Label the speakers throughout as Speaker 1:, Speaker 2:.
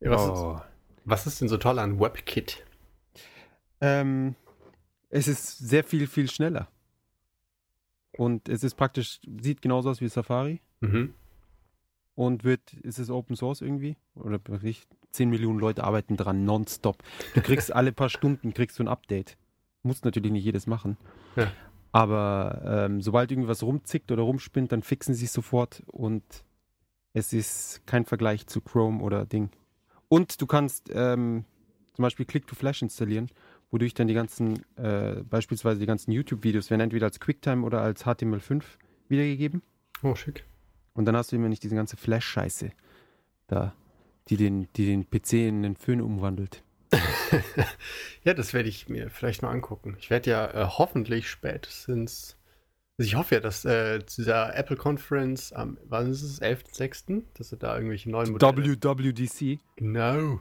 Speaker 1: Was,
Speaker 2: Oh. Was ist denn so toll an WebKit?
Speaker 1: ähm, es ist sehr viel, viel schneller. Und es ist praktisch, sieht genauso aus wie Safari
Speaker 2: Mhm.
Speaker 1: und wird, ist es Open Source irgendwie? Oder nicht? 10 Millionen Leute arbeiten dran, nonstop. Du kriegst alle paar Stunden kriegst du ein Update. Muss natürlich nicht jedes machen.
Speaker 2: Ja.
Speaker 1: Aber ähm, sobald irgendwas rumzickt oder rumspinnt, dann fixen sie es sofort und es ist kein Vergleich zu Chrome oder Ding. Und du kannst ähm, zum Beispiel Click-to-Flash installieren, wodurch dann die ganzen, äh, beispielsweise die ganzen YouTube-Videos werden entweder als QuickTime oder als HTML5 wiedergegeben.
Speaker 2: Oh, schick.
Speaker 1: Und dann hast du immer nicht diese ganze Flash-Scheiße da, die den, die den PC in den Föhn umwandelt.
Speaker 2: Ja, das werde ich mir vielleicht mal angucken. Ich werde ja äh, hoffentlich spätestens. Also ich hoffe ja, dass äh, zu dieser Apple Conference am, wann ist es, 11.06., dass sie da irgendwelche neuen
Speaker 1: WWDC.
Speaker 2: Genau.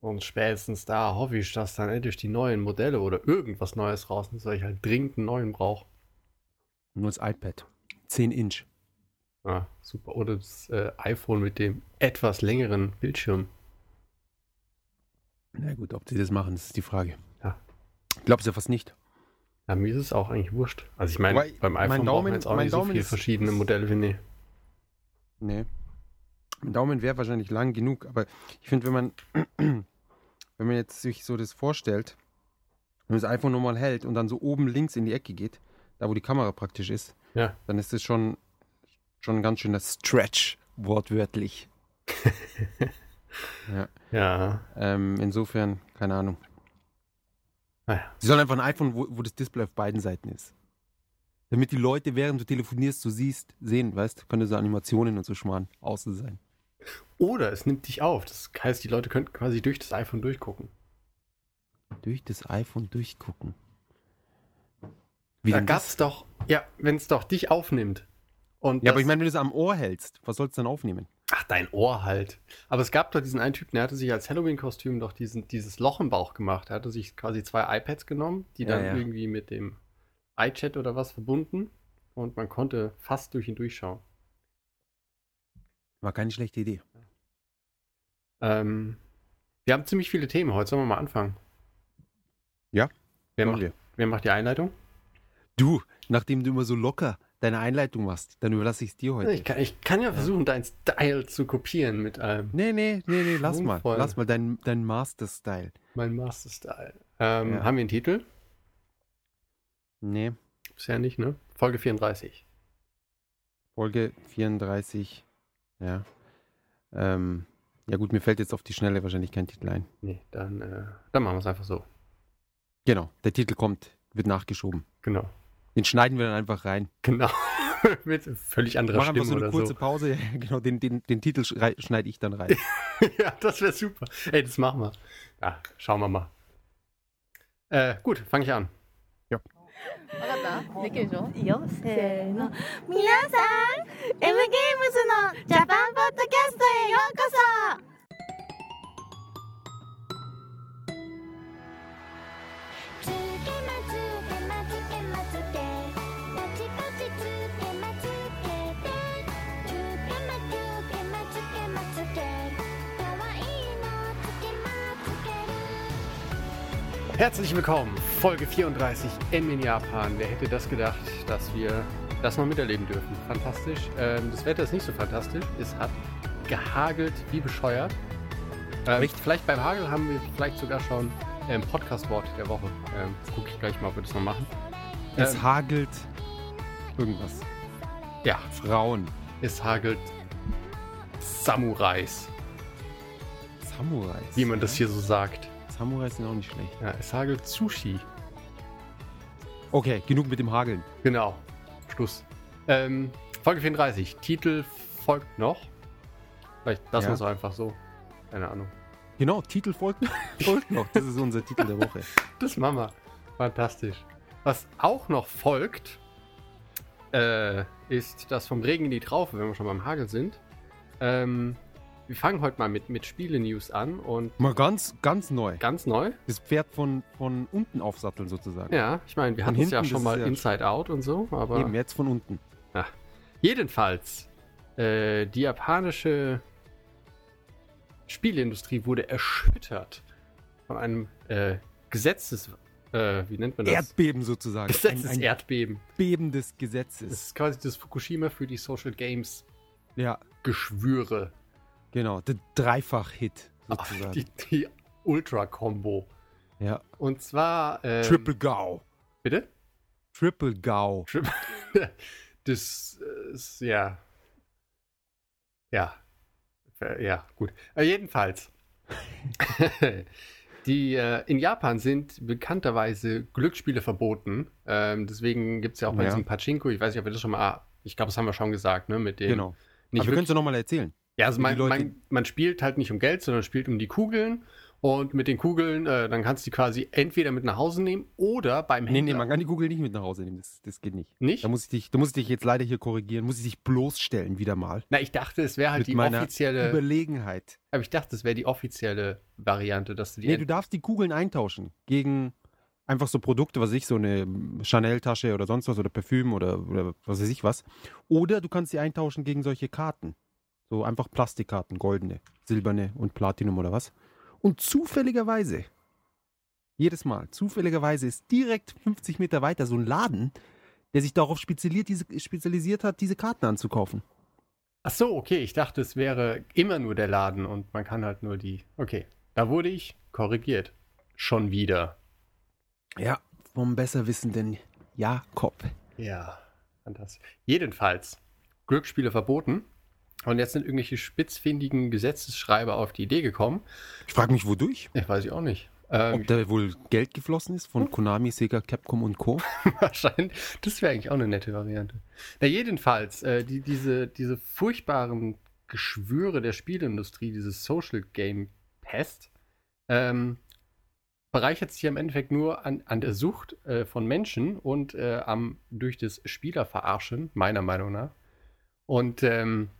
Speaker 2: Und spätestens da hoffe ich, dass dann endlich die neuen Modelle oder irgendwas Neues raus ist, weil ich halt dringend einen neuen brauche.
Speaker 1: Nur das iPad. 10 Inch.
Speaker 2: Ah, super. Oder das äh, iPhone mit dem etwas längeren Bildschirm.
Speaker 1: Na gut, ob die das machen, das ist die Frage.
Speaker 2: Ja.
Speaker 1: Glaubst du ja fast nicht.
Speaker 2: Ja, mir ist es auch eigentlich wurscht. Also ich meine,
Speaker 1: Wobei,
Speaker 2: beim
Speaker 1: mein
Speaker 2: iPhone braucht
Speaker 1: Daumen-
Speaker 2: man jetzt auch
Speaker 1: mein
Speaker 2: nicht so
Speaker 1: Daumen
Speaker 2: viele
Speaker 1: ist-
Speaker 2: verschiedene
Speaker 1: ist-
Speaker 2: Modelle, finde ich.
Speaker 1: Nee. Ein Daumen wäre wahrscheinlich lang genug, aber ich finde, wenn man, wenn man jetzt sich so das vorstellt, wenn man das iPhone nochmal hält und dann so oben links in die Ecke geht, da wo die Kamera praktisch ist,
Speaker 2: Ja.
Speaker 1: dann ist das schon, schon ein ganz schöner Stretch, wortwörtlich.
Speaker 2: Ja.
Speaker 1: Ähm, insofern, keine Ahnung.
Speaker 2: Naja.
Speaker 1: Sie sollen einfach ein iPhone, wo, wo das Display auf beiden Seiten ist. Damit die Leute, während du telefonierst, so siehst, sehen, weißt du, könnte so Animationen und so schmarrn außen sein.
Speaker 2: Oder es nimmt dich auf. Das heißt, die Leute könnten quasi durch das iPhone durchgucken.
Speaker 1: Durch das iPhone durchgucken. Wie
Speaker 2: Wie da
Speaker 1: denn
Speaker 2: gab es doch, ja, wenn es doch dich aufnimmt. Und
Speaker 1: Ja,
Speaker 2: das-
Speaker 1: aber ich meine, wenn du es am Ohr hältst, was sollst du dann aufnehmen?
Speaker 2: Ach, dein Ohr halt. Aber es gab doch diesen einen Typen, der hatte sich als Halloween-Kostüm doch diesen, dieses Loch im Bauch gemacht. Er hatte sich quasi zwei iPads genommen, die
Speaker 1: Ja,
Speaker 2: dann
Speaker 1: ja.
Speaker 2: irgendwie mit dem iChat oder was verbunden. Und man konnte fast durch ihn durchschauen.
Speaker 1: War keine schlechte Idee.
Speaker 2: Ähm, wir haben ziemlich viele Themen heute. Sollen wir mal anfangen?
Speaker 1: Ja,
Speaker 2: Wer
Speaker 1: machen
Speaker 2: macht,
Speaker 1: wir.
Speaker 2: wer macht die Einleitung?
Speaker 1: Du, nachdem du immer so locker deine Einleitung machst, dann überlasse ich es dir heute.
Speaker 2: Ich kann, ich kann ja versuchen, deinen Style zu kopieren mit einem,
Speaker 1: Nee, nee, nee, nee, lass mal.
Speaker 2: Schwungvoll.
Speaker 1: Lass mal deinen dein Master-Style.
Speaker 2: meinem Master-Style. Ähm,
Speaker 1: Ja.
Speaker 2: Haben wir einen Titel?
Speaker 1: Nee.
Speaker 2: Bisher nicht, ne? Folge 34.
Speaker 1: Folge 34. Ja. Ähm, ja gut, mir fällt jetzt auf die Schnelle wahrscheinlich kein Titel ein.
Speaker 2: Nee, dann, äh, dann machen wir es einfach so.
Speaker 1: Genau, der Titel kommt, wird nachgeschoben.
Speaker 2: Genau.
Speaker 1: Den schneiden wir dann einfach rein.
Speaker 2: Genau. Mit völlig anderer
Speaker 1: Machen
Speaker 2: Stimme
Speaker 1: einfach so eine
Speaker 2: oder
Speaker 1: kurze Pause. Ja, genau, den, den, den Titel schrei- schneide ich dann rein.
Speaker 2: so. ja, das wäre super. Ey, das machen wir. Ja, schauen wir mal. Äh, gut, fange ich an.
Speaker 3: わかったできるでしょ
Speaker 4: いいよせーの皆さん M ゲームズのジャパンポッドキャストへようこそ
Speaker 2: Herzlich willkommen. Folge 34 M in Japan. Wer hätte das gedacht, dass wir das mal miterleben dürfen? Fantastisch. Ähm, das Wetter ist nicht so fantastisch. Es hat gehagelt wie bescheuert. Ähm, vielleicht beim Hagel haben wir vielleicht sogar schon ähm, Podcast-Wort der Woche. Ähm, Gucke ich gleich mal, ob wir das noch machen.
Speaker 1: Es
Speaker 2: Ähm,
Speaker 1: hagelt irgendwas.
Speaker 2: ja,
Speaker 1: Frauen,
Speaker 2: Es hagelt Samurais,
Speaker 1: Samurais.
Speaker 2: wie man das hier so sagt.
Speaker 1: Samurais sind auch nicht schlecht.
Speaker 2: Ja, es hagelt Sushi.
Speaker 1: Okay, genug mit dem Hageln.
Speaker 2: Genau. Schluss. Ähm, Folge 34. Titel folgt noch. Vielleicht lassen
Speaker 1: Ja.
Speaker 2: wir es einfach so. Keine Ahnung.
Speaker 1: Genau, Titel folgt, folgt noch. Das ist unser Titel der Woche.
Speaker 2: Das machen wir. Fantastisch. Was auch noch folgt, äh, ist das vom Regen in die Traufe, wenn wir schon beim Hagel sind. Ähm, wir fangen heute mal mit, mit Spiele-News an und
Speaker 1: Mal ganz, ganz neu.
Speaker 2: ganz neu.
Speaker 1: Das Pferd von, von unten aufsatteln sozusagen.
Speaker 2: Ja, ich meine, wir
Speaker 1: Von
Speaker 2: hatten es ja
Speaker 1: hinten,
Speaker 2: schon
Speaker 1: das
Speaker 2: mal
Speaker 1: ist ja-
Speaker 2: Inside Out und so, aber
Speaker 1: Eben jetzt von unten.
Speaker 2: jedenfalls, äh, die japanische Spieleindustrie wurde erschüttert von einem äh, Gesetzes... Äh, wie nennt man das?
Speaker 1: Erdbeben sozusagen. ein
Speaker 2: Gesetzeserdbeben.
Speaker 1: Erdbeben des
Speaker 2: Das
Speaker 1: Gesetzes.
Speaker 2: ist quasi das Fukushima für die Social Games
Speaker 1: Ja,
Speaker 2: Geschwüre.
Speaker 1: genau. Der Dreifach-Hit
Speaker 2: Die,
Speaker 1: sozusagen.
Speaker 2: die Ultra-Combo.
Speaker 1: Ja.
Speaker 2: Und zwar. ähm,
Speaker 1: Triple Gau.
Speaker 2: Bitte?
Speaker 1: Triple Gau.
Speaker 2: Trip. das äh, ist, ja. Ja. Äh, Ja, gut. Äh, jedenfalls. Die, äh, in Japan sind bekannterweise Glücksspiele verboten. Ähm, deswegen gibt es ja auch bei
Speaker 1: Ja.
Speaker 2: diesem Pachinko, ich weiß nicht, ob wir das schon mal, ah, ich glaube, das haben wir schon gesagt, ne? Mit dem
Speaker 1: Genau.
Speaker 2: nicht
Speaker 1: Aber wir können es ja nochmal erzählen.
Speaker 2: Ja, also
Speaker 1: Wie die
Speaker 2: man,
Speaker 1: Leute-
Speaker 2: man, man spielt halt nicht um Geld, sondern spielt um die Kugeln. Und mit den Kugeln, äh, dann kannst du die quasi entweder mit nach Hause nehmen oder beim
Speaker 1: Nee, nee, man kann die Kugel nicht mit nach Hause nehmen. Das, das geht nicht.
Speaker 2: Nicht?
Speaker 1: Da muss, ich dich, da muss ich dich jetzt leider hier korrigieren. Muss ich dich bloßstellen wieder mal.
Speaker 2: Na, ich dachte, es wäre halt
Speaker 1: mit
Speaker 2: die
Speaker 1: meiner
Speaker 2: offizielle.
Speaker 1: Überlegenheit.
Speaker 2: Aber ich dachte, es wäre die offizielle Variante, dass du die.
Speaker 1: Nee, du darfst die Kugeln eintauschen gegen einfach so Produkte, was weiß ich, so eine Chanel-Tasche oder sonst was oder Parfüm oder, oder was weiß ich was. Oder du kannst sie eintauschen gegen solche Karten. So einfach Plastikkarten, goldene, silberne und Platinum oder was. Und zufälligerweise, jedes Mal, zufälligerweise ist direkt 50 Meter weiter so ein Laden, der sich darauf spezialisiert, diese, spezialisiert hat, diese Karten anzukaufen.
Speaker 2: Ach so, okay. Ich dachte, es wäre immer nur der Laden und man kann halt nur die. Okay. Da wurde ich korrigiert. Schon wieder.
Speaker 1: Ja, vom besserwissenden Jakob.
Speaker 2: Ja, fantastisch. Jedenfalls, Glücksspiele verboten. Und jetzt sind irgendwelche spitzfindigen Gesetzesschreiber auf die Idee gekommen.
Speaker 1: Ich frage mich, wodurch?
Speaker 2: Ich weiß ich auch nicht. Ähm,
Speaker 1: Ob da wohl Geld geflossen ist von Konami, Sega, Capcom und Co.
Speaker 2: Wahrscheinlich. Das wäre eigentlich auch eine nette Variante. Na, jedenfalls, äh, die, diese, diese furchtbaren Geschwüre der Spielindustrie, diese Social Game Pest, ähm, bereichert sich ja im Endeffekt nur an, an der Sucht äh, von Menschen und äh, am, durch das Spielerverarschen, meiner Meinung nach. Und ähm,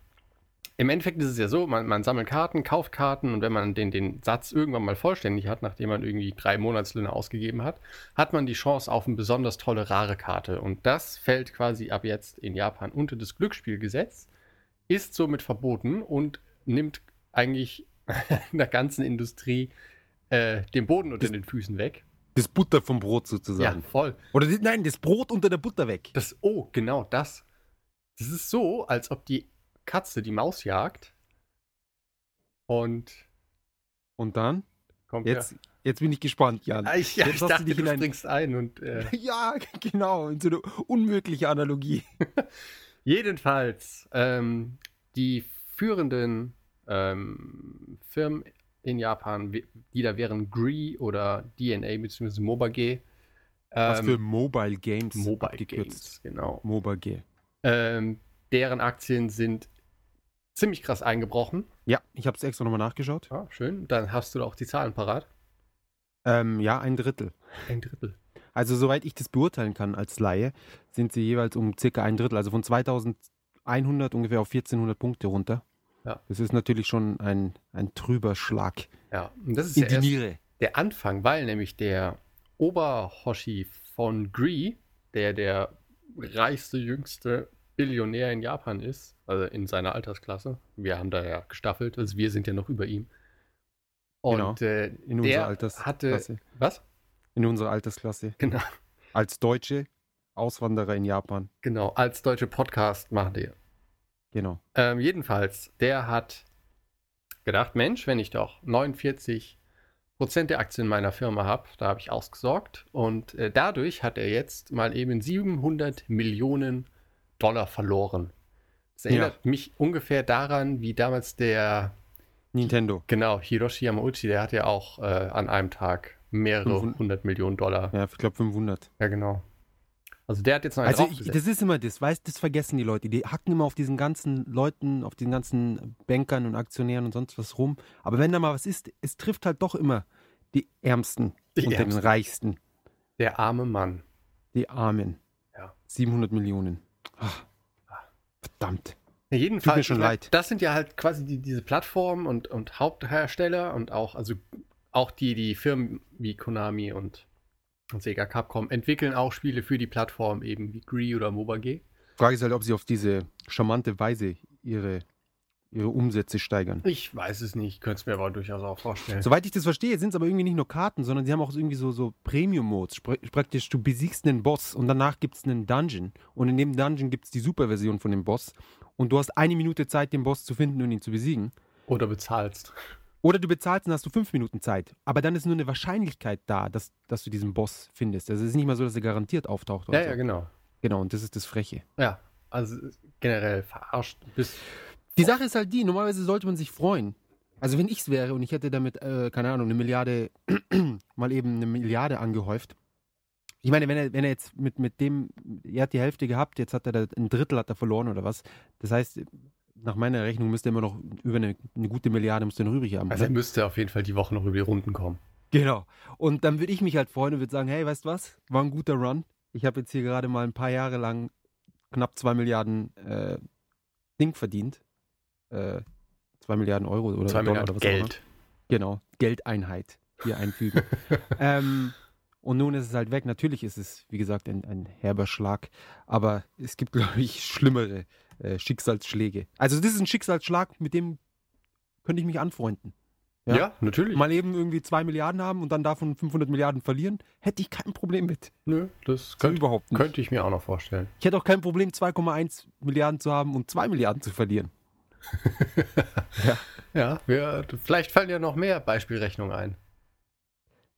Speaker 2: im Endeffekt ist es ja so, man, man sammelt Karten, kauft Karten und wenn man den, den Satz irgendwann mal vollständig hat, nachdem man irgendwie drei Monatslöhne ausgegeben hat, hat man die Chance auf eine besonders tolle rare Karte. Und das fällt quasi ab jetzt in Japan unter das Glücksspielgesetz, ist somit verboten und nimmt eigentlich der ganzen Industrie äh, den Boden unter
Speaker 1: Das-
Speaker 2: den Füßen weg.
Speaker 1: Das Butter vom Brot
Speaker 2: Ja,
Speaker 1: sozusagen.
Speaker 2: voll.
Speaker 1: Oder die- nein, das Brot unter der Butter weg.
Speaker 2: Das, oh, genau das. Das ist so, als ob die Katze die Maus jagt und
Speaker 1: Und dann?
Speaker 2: kommt
Speaker 1: Jetzt, jetzt bin ich gespannt, Jan.
Speaker 2: Ah, Ich, ja,
Speaker 1: Jetzt
Speaker 2: ich
Speaker 1: hast du
Speaker 2: dachte,
Speaker 1: dich
Speaker 2: du,
Speaker 1: in ein-
Speaker 2: springst ein und äh,
Speaker 1: Ja, genau. In so eine unmögliche Analogie.
Speaker 2: jedenfalls ähm, die führenden ähm, Firmen in Japan, wie- die da wären Gree oder DNA bzw. Mobage.
Speaker 1: Was
Speaker 2: ähm,
Speaker 1: für Mobile Games.
Speaker 2: Mobile Games,
Speaker 1: abgekürzt.
Speaker 2: genau.
Speaker 1: Mobile Game.
Speaker 2: Ähm, deren Aktien sind ziemlich krass eingebrochen.
Speaker 1: Ja, ich habe es extra nochmal nachgeschaut.
Speaker 2: Ja, schön. Dann hast du da auch die Zahlen parat.
Speaker 1: Ähm, ja, ein Drittel.
Speaker 2: Ein Drittel.
Speaker 1: Also soweit ich das beurteilen kann als Laie, sind sie jeweils um circa ein Drittel, also von 2100 ungefähr auf 1400 Punkte runter.
Speaker 2: Ja.
Speaker 1: Das ist natürlich schon ein, ein trüber Schlag
Speaker 2: Ja, und das ist
Speaker 1: in
Speaker 2: ja
Speaker 1: die
Speaker 2: erst-
Speaker 1: Niere.
Speaker 2: der Anfang, weil nämlich der Oberhoshi von Gree, der der reichste, jüngste Billionär in Japan ist, also in seiner Altersklasse, wir haben da ja gestaffelt, also wir sind ja noch über ihm. Und äh,
Speaker 1: Genau. In unserer
Speaker 2: der
Speaker 1: Altersklasse.
Speaker 2: hatte, was?
Speaker 1: in unserer Altersklasse.
Speaker 2: Genau.
Speaker 1: Als Deutsche Auswanderer in Japan.
Speaker 2: Genau, als deutsche Podcast macht ihr.
Speaker 1: Genau.
Speaker 2: Ähm, jedenfalls, der hat gedacht, Mensch, wenn ich doch 49 Prozent der Aktien meiner Firma habe, da habe ich ausgesorgt. Und äh, dadurch hat er jetzt mal eben 700 Millionen Dollar verloren. Das erinnert mich ungefähr daran, wie damals der,
Speaker 1: Nintendo.
Speaker 2: genau, Hiroshi Yamauchi, der hat ja auch äh, an einem Tag mehrere
Speaker 1: Fünfhund-
Speaker 2: hundert Millionen Dollar. Ja.
Speaker 1: Mhm. Ja, ich glaube 500.
Speaker 2: genau. Also der hat jetzt noch einen
Speaker 1: Also ich,
Speaker 2: draufgesetzt.
Speaker 1: das ist immer das, weißt das vergessen die Leute. Die hacken immer auf diesen ganzen Leuten, auf diesen ganzen Bankern und Aktionären und sonst was rum. Aber wenn da mal was ist, es trifft halt doch immer die Ärmsten
Speaker 2: Die
Speaker 1: und
Speaker 2: Ärmsten.
Speaker 1: den Reichsten,
Speaker 2: Der arme Mann.
Speaker 1: die Armen.
Speaker 2: Ja. Ah.
Speaker 1: 700 Millionen. Ach, verdammt.
Speaker 2: Ja, jedenfalls.
Speaker 1: mir schon
Speaker 2: ich mein,
Speaker 1: leid.
Speaker 2: Das sind ja halt quasi die, diese Plattformen und, und Haupthersteller und auch, also auch die, die Firmen wie Konami und, und Sega Capcom entwickeln auch Spiele für die Plattform eben wie Gree oder MobaG.
Speaker 1: Frage ist halt, ob sie auf diese charmante Weise ihre ihre Umsätze steigern.
Speaker 2: Ich weiß es nicht, könnte es mir aber durchaus auch vorstellen.
Speaker 1: Soweit ich das verstehe, sind es aber irgendwie nicht nur Karten, sondern sie haben auch irgendwie so, so Premium-Modes. Spr praktisch, du besiegst einen Boss und danach gibt es einen Dungeon. Und in dem Dungeon gibt es die Superversion von dem Boss. Und du hast eine Minute Zeit, den Boss zu finden und ihn zu besiegen.
Speaker 2: Oder bezahlst.
Speaker 1: Oder du bezahlst und hast du fünf Minuten Zeit. Aber dann ist nur eine Wahrscheinlichkeit da, dass, dass du diesen Boss findest. Also es ist nicht mal so, dass er garantiert auftaucht. oder
Speaker 2: Ja,
Speaker 1: so.
Speaker 2: ja, genau.
Speaker 1: Genau, und das ist das Freche.
Speaker 2: Ja, also generell verarscht bis
Speaker 1: Die Sache ist halt die, normalerweise sollte man sich freuen. Also wenn ich es wäre und ich hätte damit, äh, keine Ahnung, eine Milliarde, mal eben eine Milliarde angehäuft. Ich meine, wenn er, wenn er jetzt mit, mit dem, er hat die Hälfte gehabt, jetzt hat er da, ein Drittel hat er verloren oder was. Das heißt, nach meiner Rechnung müsste er immer noch über eine, eine gute Milliarde müsste er noch übrig haben.
Speaker 2: Also er
Speaker 1: ne?
Speaker 2: müsste auf jeden Fall die Woche noch über die Runden kommen.
Speaker 1: Genau. Und dann würde ich mich halt freuen und würde sagen, hey, weißt du was, war ein guter Run. Ich habe jetzt hier gerade mal ein paar Jahre lang knapp zwei Milliarden äh, Ding verdient. Äh, zwei Milliarden Euro oder
Speaker 2: Zwei
Speaker 1: Dollar
Speaker 2: Milliarden
Speaker 1: oder was auch immer.
Speaker 2: Geld.
Speaker 1: Genau, Geldeinheit hier einfügen. ähm, und nun ist es halt weg. Natürlich ist es, wie gesagt, ein, ein herber Schlag, aber es gibt, glaube ich, schlimmere äh, Schicksalsschläge. Also das ist ein Schicksalsschlag, mit dem könnte ich mich anfreunden. Ja.
Speaker 2: natürlich.
Speaker 1: Mal eben irgendwie zwei Milliarden haben und dann davon 500 Milliarden verlieren, hätte ich kein Problem mit.
Speaker 2: Nö, das
Speaker 1: So
Speaker 2: könnte,
Speaker 1: überhaupt nicht.
Speaker 2: könnte ich mir auch noch vorstellen.
Speaker 1: Ich hätte auch kein Problem, 2,1 Milliarden zu haben und 2 Milliarden zu verlieren.
Speaker 2: Ja, wir, vielleicht fallen ja noch mehr Beispielrechnungen ein.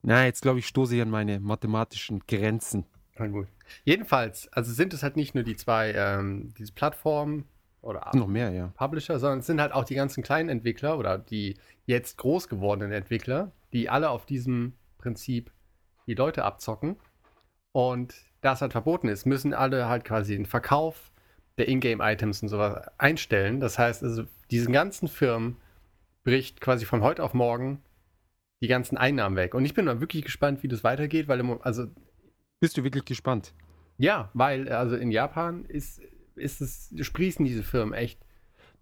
Speaker 1: Na, jetzt glaube ich, stoße ich an meine mathematischen Grenzen.
Speaker 2: Na gut. Jedenfalls, also sind es halt nicht nur die zwei, ähm, diese Plattformen oder
Speaker 1: Noch mehr, ja.
Speaker 2: Publisher, sondern es sind halt auch die ganzen kleinen Entwickler oder die jetzt groß gewordenen Entwickler, die alle auf diesem Prinzip die Leute abzocken. Und da es halt verboten ist, müssen alle halt quasi den Verkauf der Ingame-Items und sowas einstellen. Das heißt, also diesen ganzen Firmen bricht quasi von heute auf morgen die ganzen Einnahmen weg. Und ich bin mal wirklich gespannt, wie das weitergeht, weil im, Mo- also
Speaker 1: Bist du wirklich gespannt?
Speaker 2: ja, weil also in Japan ist, ist es, sprießen diese Firmen echt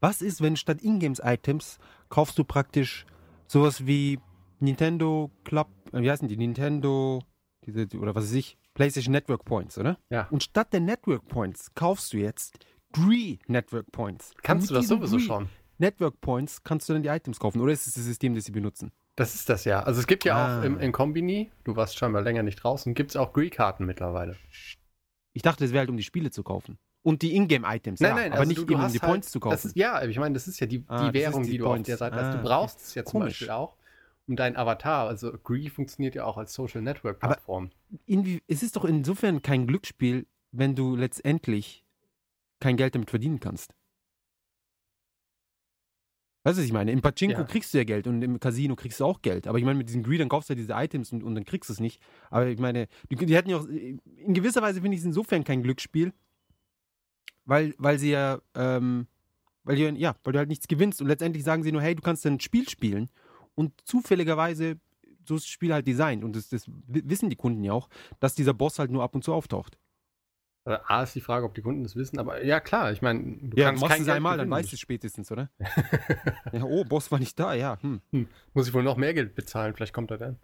Speaker 1: Was ist, wenn statt Ingames-Items kaufst du praktisch sowas wie Nintendo Club, äh, wie heißen die? Nintendo, diese, die- oder was weiß ich, PlayStation Network Points, oder?
Speaker 2: Ja.
Speaker 1: Und statt der Network Points kaufst du jetzt Gree Network Points.
Speaker 2: Kannst
Speaker 1: Und
Speaker 2: du
Speaker 1: mit
Speaker 2: das
Speaker 1: diesen
Speaker 2: sowieso
Speaker 1: Gree
Speaker 2: schon?
Speaker 1: Network Points kannst du dann die Items kaufen, oder ist es das System, das sie benutzen?
Speaker 2: Das ist das ja. Also es gibt ja
Speaker 1: Ah.
Speaker 2: auch im, im Kombini, du warst scheinbar länger nicht draußen, gibt es auch Gree-Karten mittlerweile.
Speaker 1: Ich dachte, es wäre halt, um die Spiele zu kaufen. Und die Ingame-Items, ja, aber
Speaker 2: also
Speaker 1: nicht eben, um
Speaker 2: halt-
Speaker 1: die Points zu kaufen.
Speaker 2: Das ist, ja, ich meine, das ist ja die,
Speaker 1: Ah, das
Speaker 2: die Währung,
Speaker 1: ist die
Speaker 2: die, du
Speaker 1: Points.
Speaker 2: auf der Seite hast.
Speaker 1: Ah,
Speaker 2: Du brauchst es ja zum
Speaker 1: komisch.
Speaker 2: Beispiel auch um deinen Avatar. Also Gree funktioniert ja auch als Social Network-Plattform.
Speaker 1: inwie es ist doch insofern kein Glücksspiel, wenn du letztendlich kein Geld damit verdienen kannst. Weißt du, was ich meine? Im Pachinko
Speaker 2: Ja.
Speaker 1: kriegst du ja Geld und im Casino kriegst du auch Geld. Aber ich meine, mit diesen Greedern kaufst du ja diese Items und, und dann kriegst du es nicht. Aber ich meine, die, die hätten ja auch, in gewisser Weise finde ich es insofern kein Glücksspiel, weil, weil sie ja, ähm, weil, du, ja, weil du halt nichts gewinnst. Und letztendlich sagen sie nur, hey, du kannst ein Spiel spielen. Und zufälligerweise, so ist das Spiel halt designt. Und das, das wi- wissen die Kunden ja auch, dass dieser Boss halt nur ab und zu auftaucht.
Speaker 2: Also A ist die Frage, ob die Kunden das wissen, aber ja klar, ich meine, du
Speaker 1: Du machst es
Speaker 2: Geld
Speaker 1: einmal, dann
Speaker 2: gewinnen.
Speaker 1: weißt du es spätestens, oder? ja, oh, Boss war nicht da, ja. Hm.
Speaker 2: Muss ich wohl noch mehr Geld bezahlen, vielleicht kommt er dann.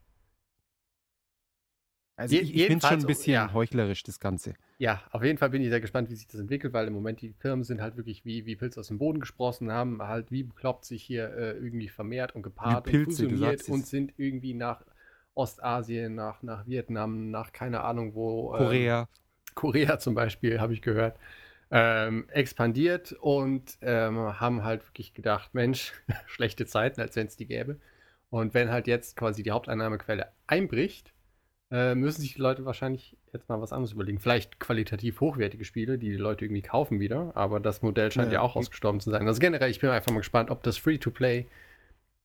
Speaker 1: Also
Speaker 2: Je-
Speaker 1: ich, ich finde es schon
Speaker 2: jedenfalls,
Speaker 1: ein bisschen
Speaker 2: ja. Ähm,
Speaker 1: heuchlerisch, das Ganze.
Speaker 2: Ja, auf jeden Fall bin ich sehr gespannt, wie sich das entwickelt, weil im Moment die Firmen sind halt wirklich wie, wie Pilze aus dem Boden gesprossen, haben halt wie bekloppt sich hier äh, irgendwie vermehrt und gepaart
Speaker 1: Wie Pilze, du
Speaker 2: und fusioniert
Speaker 1: sagst es.
Speaker 2: und sind irgendwie nach Ostasien, nach, nach Vietnam, nach keine Ahnung wo. ähm,
Speaker 1: Korea,
Speaker 2: Korea zum Beispiel, habe ich gehört, ähm, expandiert und ähm, haben halt wirklich gedacht, Mensch, schlechte Zeiten, als wenn es die gäbe. Und wenn halt jetzt quasi die Haupteinnahmequelle einbricht, äh, müssen sich die Leute wahrscheinlich jetzt mal was anderes überlegen. Vielleicht qualitativ hochwertige Spiele, die die Leute irgendwie kaufen wieder, aber das Modell scheint
Speaker 1: Ja.
Speaker 2: ja, auch ausgestorben zu sein. Also generell, ich bin einfach mal gespannt, ob das Free-to-Play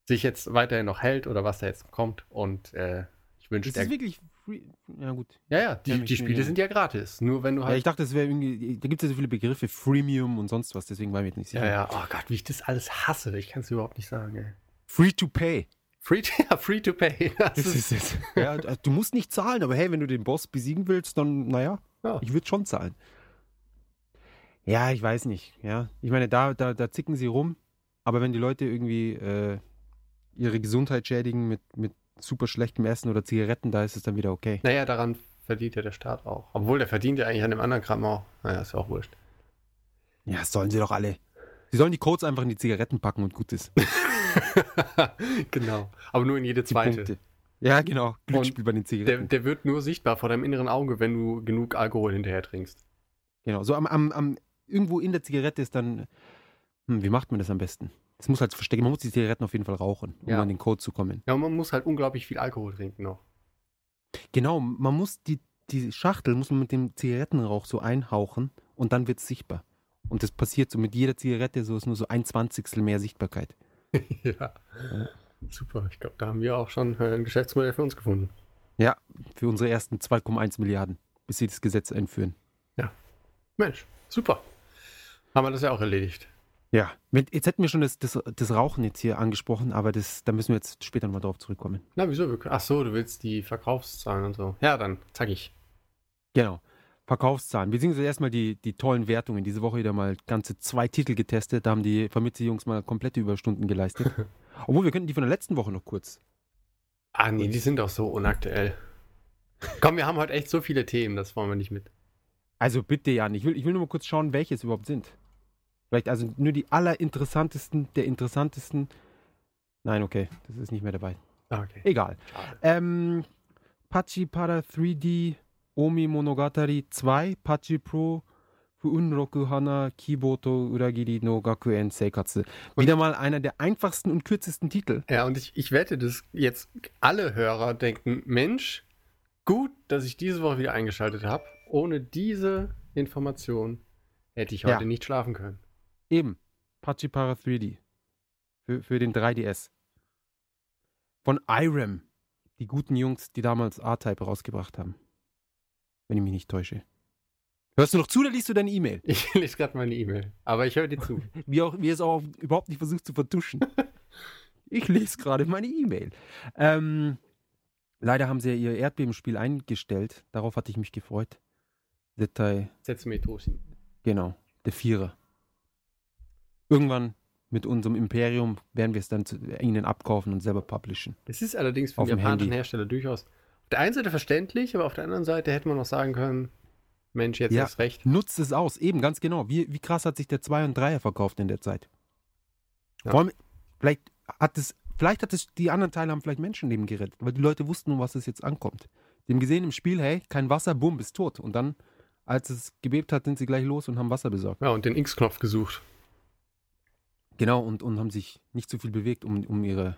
Speaker 2: sich jetzt weiterhin noch hält oder was da jetzt noch kommt. Und äh, ich wünsche
Speaker 1: das
Speaker 2: dir.
Speaker 1: ist wirklich free. Ja, gut.
Speaker 2: Ja, ja, die,
Speaker 1: Ja, mich-
Speaker 2: die Spiele
Speaker 1: ja.
Speaker 2: sind ja gratis. Nur wenn du
Speaker 1: Ja,
Speaker 2: halt
Speaker 1: ich dachte, es wäre irgendwie, da gibt es ja so viele Begriffe, Freemium und sonst was, deswegen war ich mir jetzt nicht
Speaker 2: Ja,
Speaker 1: sicher.
Speaker 2: ja. Oh Gott, wie ich das alles hasse. Ich kann es überhaupt nicht sagen, ey.
Speaker 1: Free to pay.
Speaker 2: Free to, ja, free to pay. Das ist,
Speaker 1: es. Ja, du musst nicht zahlen, aber hey, wenn du den Boss besiegen willst, dann, naja,
Speaker 2: Ja.
Speaker 1: ich würde schon zahlen. Ja, ich weiß nicht. Ja, ich meine, da, da, da zicken sie rum, aber wenn die Leute irgendwie äh, ihre Gesundheit schädigen mit, mit super schlechtem Essen oder Zigaretten, da ist es dann wieder okay.
Speaker 2: naja, daran verdient ja der Staat auch. Obwohl, der verdient ja eigentlich an dem anderen Kram auch. Naja, ist ja auch wurscht.
Speaker 1: Ja, das sollen sie doch alle. Sie sollen die Codes einfach in die Zigaretten packen und gut ist.
Speaker 2: genau. Aber nur in jede
Speaker 1: Die
Speaker 2: zweite.
Speaker 1: Punkte. Ja, genau. Glücksspiel bei den
Speaker 2: Der,
Speaker 1: Zigaretten.
Speaker 2: der wird nur sichtbar vor deinem inneren Auge, wenn du genug Alkohol hinterher trinkst.
Speaker 1: genau. So am, am, am irgendwo in der Zigarette ist dann. Hm, wie macht man das am besten? Es muss halt verstecken. Man muss die Zigaretten auf jeden Fall rauchen, um
Speaker 2: Ja.
Speaker 1: an den Code zu kommen.
Speaker 2: Ja, und man muss halt unglaublich viel Alkohol trinken noch.
Speaker 1: Genau, man muss die, die Schachtel muss man mit dem Zigarettenrauch so einhauchen und dann wird es sichtbar. Und das passiert so mit jeder Zigarette, so ist nur so ein Zwanzigstel mehr Sichtbarkeit.
Speaker 2: ja. Super, ich glaube, da haben wir auch schon äh, ein Geschäftsmodell für uns gefunden.
Speaker 1: Ja, für unsere ersten 2,1 Milliarden, bis sie das Gesetz einführen.
Speaker 2: Mensch, super. Haben wir das ja auch erledigt.
Speaker 1: Ja, mit, jetzt hätten wir schon das, das, das Rauchen jetzt hier angesprochen, aber das, da müssen wir jetzt später nochmal drauf zurückkommen.
Speaker 2: Na, wieso? Wir können- Ach so, du willst die Verkaufszahlen und so. Ja, dann zack ich.
Speaker 1: Genau. Verkaufszahlen, beziehungsweise erstmal die, die tollen Wertungen. Diese Woche wieder mal ganze zwei Titel getestet. Da haben die Vermittler-Jungs mal komplette Überstunden geleistet. Obwohl, wir könnten die von der letzten Woche noch kurz.
Speaker 2: Ah, nee, die sind doch so unaktuell. Komm, wir haben heute echt so viele Themen, das wollen wir nicht mit.
Speaker 1: Also bitte, Jan, ich will, ich will nur mal kurz schauen, welche es überhaupt sind. Vielleicht also nur die allerinteressantesten, der interessantesten. Nein, okay, das ist nicht mehr dabei.
Speaker 2: Ah, okay.
Speaker 1: Egal. Ähm, Pachi Para 3D Omi Monogatari 2 Pachi Pro Unroku Hana Kiboto Uragiri no Gakuen Seikatsu. Wieder mal einer der einfachsten und kürzesten Titel.
Speaker 2: Ja, und ich, ich wette, dass jetzt alle Hörer denken, Mensch, gut, dass ich diese Woche wieder eingeschaltet habe. Ohne diese Information hätte ich heute
Speaker 1: Ja.
Speaker 2: nicht schlafen können.
Speaker 1: Eben. Pachi Para 3D. Für, für den 3DS. Von Irem. Die guten Jungs, die damals R-Type rausgebracht haben. Wenn ich mich nicht täusche. Hörst du noch zu oder liest du deine E-Mail?
Speaker 2: Ich lese gerade meine E-Mail, aber ich höre dir zu.
Speaker 1: wie auch wie es auch überhaupt nicht versucht zu vertuschen. Ich lese gerade meine E-Mail. Ähm, leider haben sie ja ihr Erdbebenspiel eingestellt. Darauf hatte ich mich gefreut. Detail,
Speaker 2: Setz mir Tosin.
Speaker 1: genau, der Vierer. Irgendwann mit unserem Imperium werden wir es dann zu, ihnen abkaufen und selber publishen.
Speaker 2: Das ist allerdings für
Speaker 1: Auf
Speaker 2: den
Speaker 1: dem
Speaker 2: japanischen
Speaker 1: Handy.
Speaker 2: Hersteller durchaus auf der einen Seite verständlich, aber auf der anderen Seite hätte man noch sagen können, Mensch, jetzt
Speaker 1: Ja.
Speaker 2: ist recht.
Speaker 1: Nutzt es aus, eben, ganz genau. Wie, wie krass hat sich der 2 und 3er verkauft in der Zeit?
Speaker 2: Ja.
Speaker 1: Vor allem, vielleicht hat es, vielleicht hat es, die anderen Teile haben vielleicht Menschenleben gerettet, weil die Leute wussten, um was es jetzt ankommt. Die haben gesehen im Spiel, hey, kein Wasser, bumm, bist tot. Und dann, als es gebebt hat, sind sie gleich los und haben Wasser besorgt.
Speaker 2: Ja, und den X-Knopf gesucht.
Speaker 1: Genau, und, und haben sich nicht so viel bewegt, um, um ihre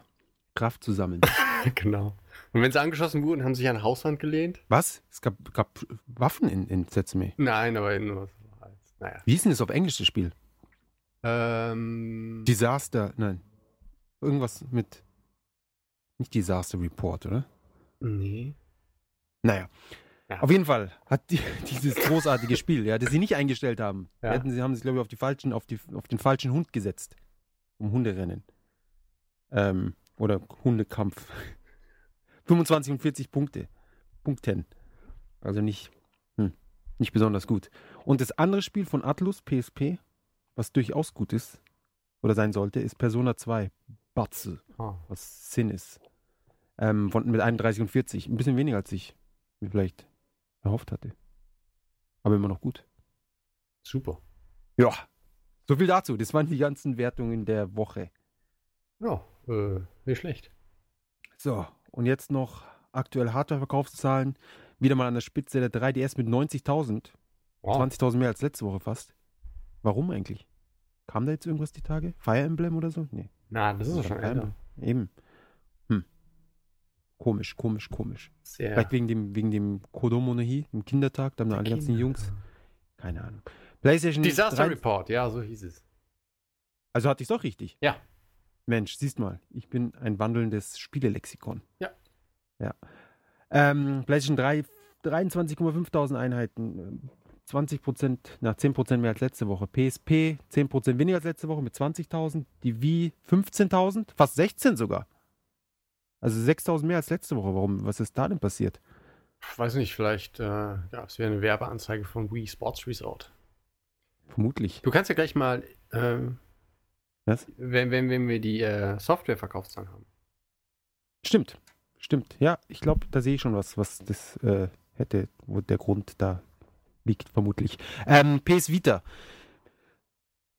Speaker 1: Kraft zu sammeln.
Speaker 2: genau. Und wenn sie angeschossen wurden, haben sie sich an eine Hauswand gelehnt?
Speaker 1: was? Es gab, gab Waffen in, in Setsume.
Speaker 2: Nein, aber nur so als. Naja.
Speaker 1: Wie ist denn das auf Englisch, das Spiel?
Speaker 2: Ähm,
Speaker 1: Disaster, nein. Irgendwas mit, nicht Disaster Report, oder?
Speaker 2: nee.
Speaker 1: Naja.
Speaker 2: Ja.
Speaker 1: Auf jeden Fall hat die, dieses großartige Spiel, ja, das sie nicht eingestellt haben.
Speaker 2: Ja.
Speaker 1: Hätten sie haben sich, glaube ich, auf, die falschen, auf, die, auf den falschen Hund gesetzt. Um Hunderennen. Ähm, oder Hundekampf. 25 und 40 Punkte. Punkten. Also nicht, hm, nicht besonders gut. Und das andere Spiel von Atlus, PSP, was durchaus gut ist oder sein sollte, ist Persona 2. Batze
Speaker 2: Oh.
Speaker 1: was Sinn ist. Ähm, von, mit 31 und 40. Ein bisschen weniger, als ich mir vielleicht erhofft hatte. Aber immer noch gut.
Speaker 2: Super.
Speaker 1: Ja. So viel dazu. Das waren die ganzen Wertungen der Woche.
Speaker 2: Ja, äh, nicht schlecht.
Speaker 1: So, und jetzt noch aktuell Hardware-Verkaufszahlen. Wieder mal an der Spitze der 3DS mit 90.000.
Speaker 2: Wow.
Speaker 1: 20.000 mehr als letzte Woche fast. Warum eigentlich? Kam da jetzt irgendwas die Tage? Fire Emblem oder so? Nee.
Speaker 2: Na, das ist doch schon
Speaker 1: Fire
Speaker 2: älter.
Speaker 1: Emblem. Eben. Hm. Komisch, komisch, komisch.
Speaker 2: Sehr.
Speaker 1: Vielleicht wegen dem, wegen dem Kodomo no Hi, dem Kindertag, da haben da alle ganzen Jungs. Keine Ahnung. PlayStation
Speaker 2: Disaster
Speaker 1: 3
Speaker 2: Report, ja, so hieß es.
Speaker 1: Also hatte ich doch richtig.
Speaker 2: Ja.
Speaker 1: Mensch, siehst mal, ich bin ein wandelndes Spielelexikon.
Speaker 2: Ja.
Speaker 1: Ja. Ähm, PlayStation 3, 23.500 Einheiten. 20 Prozent, na 10 Prozent mehr als letzte Woche. PSP 10 Prozent weniger als letzte Woche mit 20.000. Die Wii 15.000, fast 16 sogar. Also 6.000 mehr als letzte Woche. Warum? Was ist da denn passiert?
Speaker 2: Ich weiß nicht, vielleicht äh, ja, es wäre eine Werbeanzeige von Wii Sports Resort.
Speaker 1: Vermutlich.
Speaker 2: Du kannst ja gleich mal, ähm,
Speaker 1: Was?
Speaker 2: Wenn, wenn, wenn wir die äh, Softwareverkaufszahlen haben.
Speaker 1: Stimmt, stimmt. Ja, ich glaube, da sehe ich schon was, was das äh, hätte, wo der Grund da liegt, vermutlich. Ähm, PS Vita.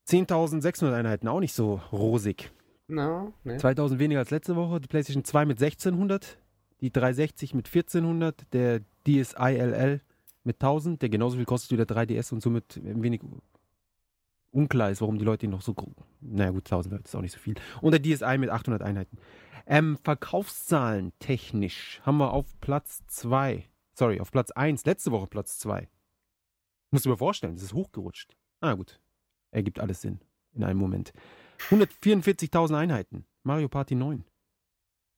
Speaker 1: 10.600 Einheiten, auch nicht so rosig.
Speaker 2: Na, ne?
Speaker 1: 2000 weniger als letzte Woche. Die PlayStation 2 mit 1600, die 360 mit 1400, der DSi LL mit 1000, der genauso viel kostet wie der 3DS und somit ein wenig unklar ist, warum die Leute ihn noch so. gro- Naja, gut, 1000 Leute ist auch nicht so viel. Und der DSi mit 800 Einheiten. Ähm, Verkaufszahlen technisch haben wir auf Platz 2. Sorry, auf Platz 1, letzte Woche Platz 2. Musst du mir vorstellen, das ist hochgerutscht. Ah, gut. Ergibt alles Sinn. In einem Moment. 144.000 Einheiten. Mario Party 9.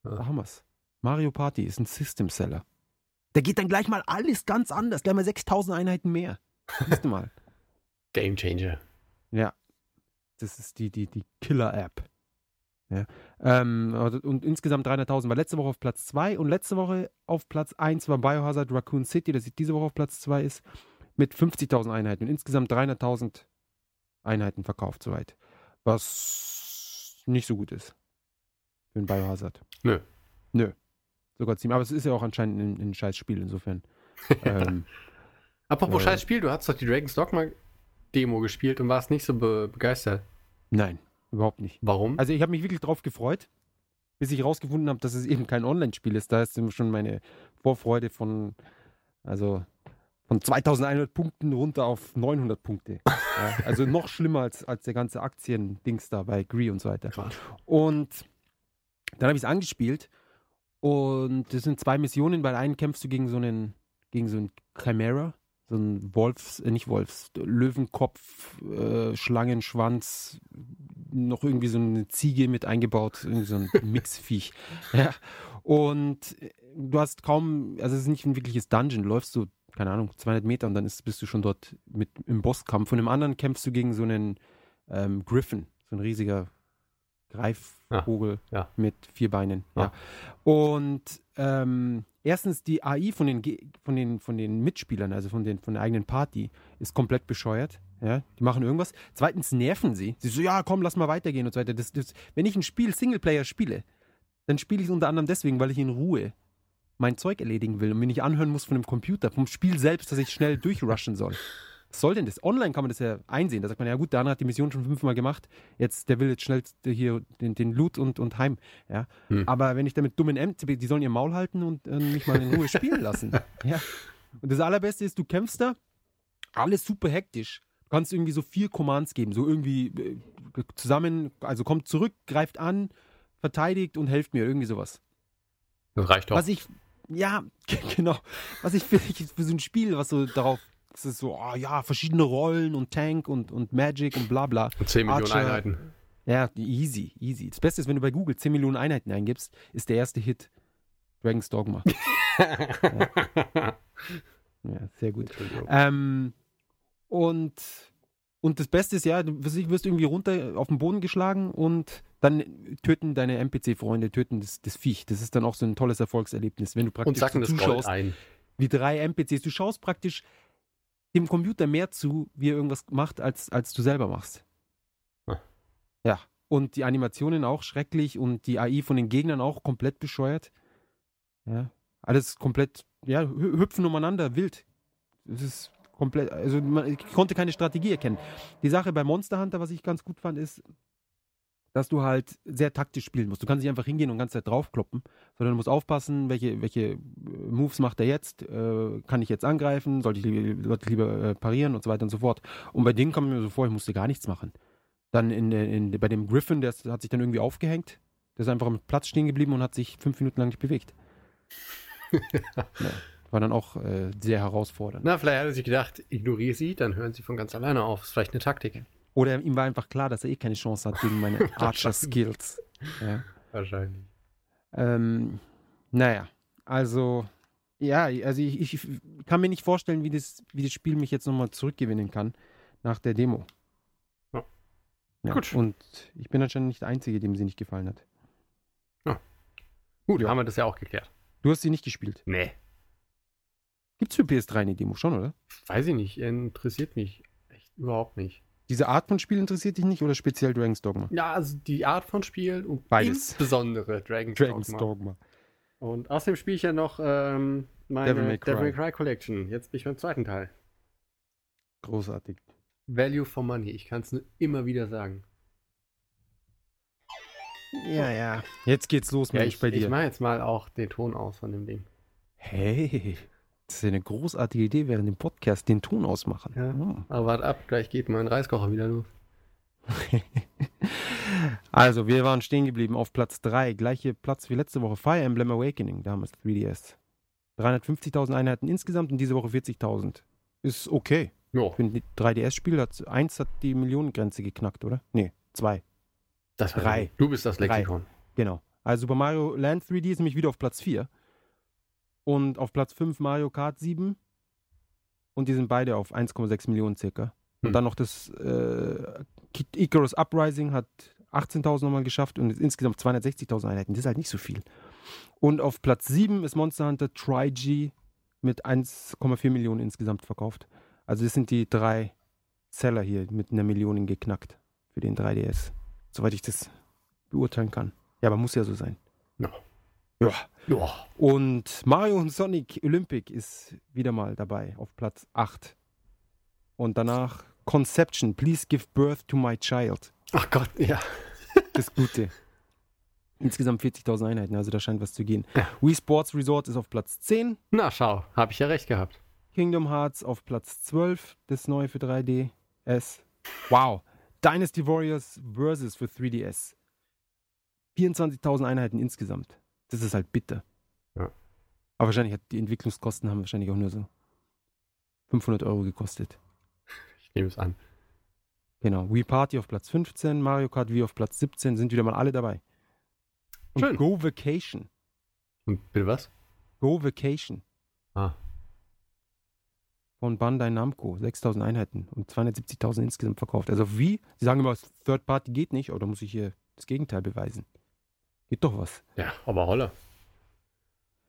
Speaker 1: Da haben wir's. Mario Party ist ein System-Seller. Da geht dann gleich mal alles ganz anders. Gleich mal 6.000 Einheiten mehr. Siehst du mal.
Speaker 2: Game Changer.
Speaker 1: Ja. Das ist die, die, die Killer-App. Ja. Ähm, also- und insgesamt 300.000 war letzte Woche auf Platz 2 und letzte Woche auf Platz 1 war Biohazard Raccoon City, das diese Woche auf Platz 2 ist, mit 50.000 Einheiten und insgesamt 300.000 Einheiten verkauft soweit. Was nicht so gut ist für ein Biohazard.
Speaker 2: Nö.
Speaker 1: Nö. Sogar ziemlich. Aber es ist ja auch anscheinend ein, ein scheiß Spiel insofern. ähm,
Speaker 2: Apropos
Speaker 1: Äh.
Speaker 2: scheiß Spiel, du hast doch die Dragon's Dogma Demo gespielt und warst nicht so be begeistert.
Speaker 1: nein, überhaupt nicht.
Speaker 2: Warum?
Speaker 1: Also ich habe mich wirklich drauf gefreut, bis ich rausgefunden habe, dass es eben kein Online-Spiel ist. Da ist eben schon meine Vorfreude von, also von 2100 Punkten runter auf 900 Punkte. Ja, also noch schlimmer als, als der ganze Aktien-Dings da bei Gree und so weiter.
Speaker 2: Krass.
Speaker 1: Und dann habe ich es angespielt und das sind zwei Missionen. Bei der einen kämpfst du gegen so einen, gegen so einen Chimera, so einen Wolfs, äh, nicht Wolfs, Löwenkopf, äh, Schlangenschwanz, noch irgendwie so eine Ziege mit eingebaut, irgendwie so ein Mixviech. ja. Und äh, du hast kaum, also es ist nicht ein wirkliches Dungeon, läufst du, keine Ahnung, 200 Meter und dann ist, bist du schon dort mit im Bosskampf. Und im anderen kämpfst du gegen so einen ähm, Griffin, so ein riesiger Greifvogel
Speaker 2: Ah, ja.
Speaker 1: mit vier Beinen.
Speaker 2: Ah.
Speaker 1: Ja. Und ähm, erstens die AI von den, Ge- von den, von den Mitspielern, also von, den, von der eigenen Party, ist komplett bescheuert. Ja, die machen irgendwas. Zweitens nerven sie. Sie so, ja, komm, lass mal weitergehen und so weiter. Das, das, wenn ich ein Spiel Singleplayer spiele, dann spiele ich es unter anderem deswegen, weil ich in Ruhe mein Zeug erledigen will und mir nicht anhören muss von dem Computer, vom Spiel selbst, dass ich schnell durchrushen soll. Was soll denn das? Online kann man das ja einsehen. Da sagt man, ja gut, der andere hat die Mission schon fünfmal gemacht. Jetzt, der will jetzt schnell hier den, den Loot und, und heim. Ja?
Speaker 2: Hm.
Speaker 1: Aber wenn ich damit dummen M, die sollen ihr Maul halten und äh, mich mal in Ruhe spielen lassen. Ja. Und das Allerbeste ist, du kämpfst da, alles super hektisch. Du kannst irgendwie so vier Commands geben, so irgendwie äh, zusammen, also kommt zurück, greift an, verteidigt und helft mir, irgendwie sowas.
Speaker 2: Das reicht doch.
Speaker 1: Was ich, ja, genau. Was ich für, für so ein Spiel, was so darauf, es ist so, ah ja, verschiedene Rollen und Tank und, und Magic und bla bla.
Speaker 2: 10 Millionen
Speaker 1: Archer-
Speaker 2: Einheiten.
Speaker 1: Ja, easy, easy. Das Beste ist, wenn du bei Google 10 Millionen Einheiten eingibst, ist der erste Hit Dragon's Dogma. Ja, sehr gut.
Speaker 2: Entschuldigung.
Speaker 1: Ähm, und, und das Beste ist ja, du wirst wirst irgendwie runter auf den Boden geschlagen und dann töten deine NPC-Freunde, töten das, das Viech. Das ist dann auch so ein tolles Erfolgserlebnis, wenn du praktisch
Speaker 2: Und sacken das
Speaker 1: so
Speaker 2: Gold ein.
Speaker 1: wie drei NPCs. Du schaust praktisch dem Computer mehr zu, wie er irgendwas macht, als, als du selber machst.
Speaker 2: Ah.
Speaker 1: Ja. Und die Animationen auch schrecklich und die AI von den Gegnern auch komplett bescheuert. Ja. Alles komplett, ja, hü- hüpfen umeinander, wild. Es ist komplett, also man, ich konnte keine Strategie erkennen. Die Sache bei Monster Hunter, was ich ganz gut fand, ist, dass du halt sehr taktisch spielen musst. Du kannst nicht einfach hingehen und die ganze Zeit draufkloppen, sondern du musst aufpassen, welche, welche äh, Moves macht er jetzt, äh, kann ich jetzt angreifen, sollte ich lieber, sollte ich lieber äh, parieren und so weiter und so fort. Und bei denen kam mir so vor, ich musste gar nichts machen. Dann in, der- in, bei dem Griffin, der ist- hat sich dann irgendwie aufgehängt, der ist einfach am Platz stehen geblieben und hat sich fünf Minuten lang nicht bewegt. ja, war dann auch äh, sehr herausfordernd.
Speaker 2: Na, vielleicht hat er sich gedacht, ignoriere sie, dann hören sie von ganz alleine auf. Ist vielleicht eine Taktik.
Speaker 1: Oder ihm war einfach klar, dass er eh keine Chance hat gegen meine Archer-Skills. Ja.
Speaker 2: Wahrscheinlich.
Speaker 1: Ähm, naja, also, ja, also ich, ich, ich kann mir nicht vorstellen, wie das, wie das Spiel mich jetzt nochmal zurückgewinnen kann nach der Demo.
Speaker 2: Ja.
Speaker 1: Ja,
Speaker 2: Gut.
Speaker 1: Und ich bin anscheinend nicht der Einzige, dem sie nicht gefallen hat.
Speaker 2: Gut,
Speaker 1: Ja.
Speaker 2: haben wir das ja auch geklärt.
Speaker 1: Du hast sie nicht gespielt.
Speaker 2: Nee.
Speaker 1: Gibt's für PS3 eine Demo schon, oder?
Speaker 2: Weiß ich nicht. Interessiert mich echt überhaupt nicht.
Speaker 1: Diese Art von Spiel interessiert dich nicht oder speziell Dragon's Dogma?
Speaker 2: Ja, also die Art von Spiel und
Speaker 1: Beides.
Speaker 2: insbesondere Dragon's,
Speaker 1: Dragon's
Speaker 2: Dogma.
Speaker 1: Dogma.
Speaker 2: Und außerdem spiele ich ja noch ähm, meine Devil May, Cry.
Speaker 1: Devil May
Speaker 2: Collection. Jetzt bin ich beim zweiten Teil.
Speaker 1: Großartig.
Speaker 2: Value for Money. Ich kann es nur immer wieder sagen.
Speaker 1: Ja, ja. Jetzt geht's los, Mensch,
Speaker 2: ich,
Speaker 1: bei dir.
Speaker 2: ich mache jetzt mal auch den Ton aus von dem Ding.
Speaker 1: hey, das ist ja eine großartige Idee, während dem Podcast den Ton ausmachen.
Speaker 2: Ja.
Speaker 1: Hm.
Speaker 2: Aber wart ab, gleich geht mein Reiskocher wieder los.
Speaker 1: Also, wir waren stehen geblieben auf Platz 3. Gleiche Platz wie letzte Woche. Fire Emblem Awakening, damals 3DS. 350.000 Einheiten insgesamt und diese Woche 40.000. Ist okay.
Speaker 2: Jo,
Speaker 1: Für ein 3DS-Spiel hat eins hat die Millionengrenze geknackt, oder? Nee, zwei.
Speaker 2: das war
Speaker 1: Drei.
Speaker 2: Also, Du bist das
Speaker 1: Drei.
Speaker 2: Lexikon.
Speaker 1: Genau. Also Super Mario Land 3D ist nämlich wieder auf Platz 4. Und auf Platz 5 Mario Kart 7. Und die sind beide auf 1,6 Millionen circa.
Speaker 2: Hm.
Speaker 1: Und dann noch das äh, Kid Icarus Uprising hat 18.000 nochmal geschafft und ist insgesamt 260.000 Einheiten. Das ist halt nicht so viel. Und auf Platz 7 ist Monster Hunter Tri-G mit 1,4 Millionen insgesamt verkauft. Also das sind die drei Seller hier mit einer Million geknackt für den 3DS. Soweit ich das beurteilen kann. Ja, aber muss ja so sein.
Speaker 2: Ja.
Speaker 1: Ja.
Speaker 2: Joa.
Speaker 1: Und Mario und Sonic Olympic ist wieder mal dabei auf Platz 8. Und danach Conception, Please Give Birth to My Child.
Speaker 2: Ach Gott, ja.
Speaker 1: Das Gute. Insgesamt 40.000 Einheiten, also da scheint was zu gehen.
Speaker 2: Ja.
Speaker 1: Wii Sports Resort ist auf Platz 10.
Speaker 2: Na schau, habe ich ja recht gehabt.
Speaker 1: Kingdom Hearts auf Platz 12, das neue für 3DS. Wow. Dynasty Warriors Versus für 3DS. 24.000 Einheiten insgesamt. Das ist halt bitter.
Speaker 2: Ja.
Speaker 1: Aber wahrscheinlich hat die Entwicklungskosten haben wahrscheinlich auch nur so 500 Euro gekostet.
Speaker 2: Ich nehme es an.
Speaker 1: Genau. Wii Party auf Platz 15, Mario Kart Wii auf Platz 17, sind wieder mal alle dabei. Und
Speaker 2: Schön.
Speaker 1: Go Vacation.
Speaker 2: Und bitte was?
Speaker 1: Go Vacation
Speaker 2: Ah.
Speaker 1: von Bandai Namco. 6000 Einheiten und 270.000 insgesamt verkauft. Also wie? Sie sagen immer, Third Party geht nicht, aber da muss ich hier das Gegenteil beweisen. Geht doch was.
Speaker 2: Ja, aber holla.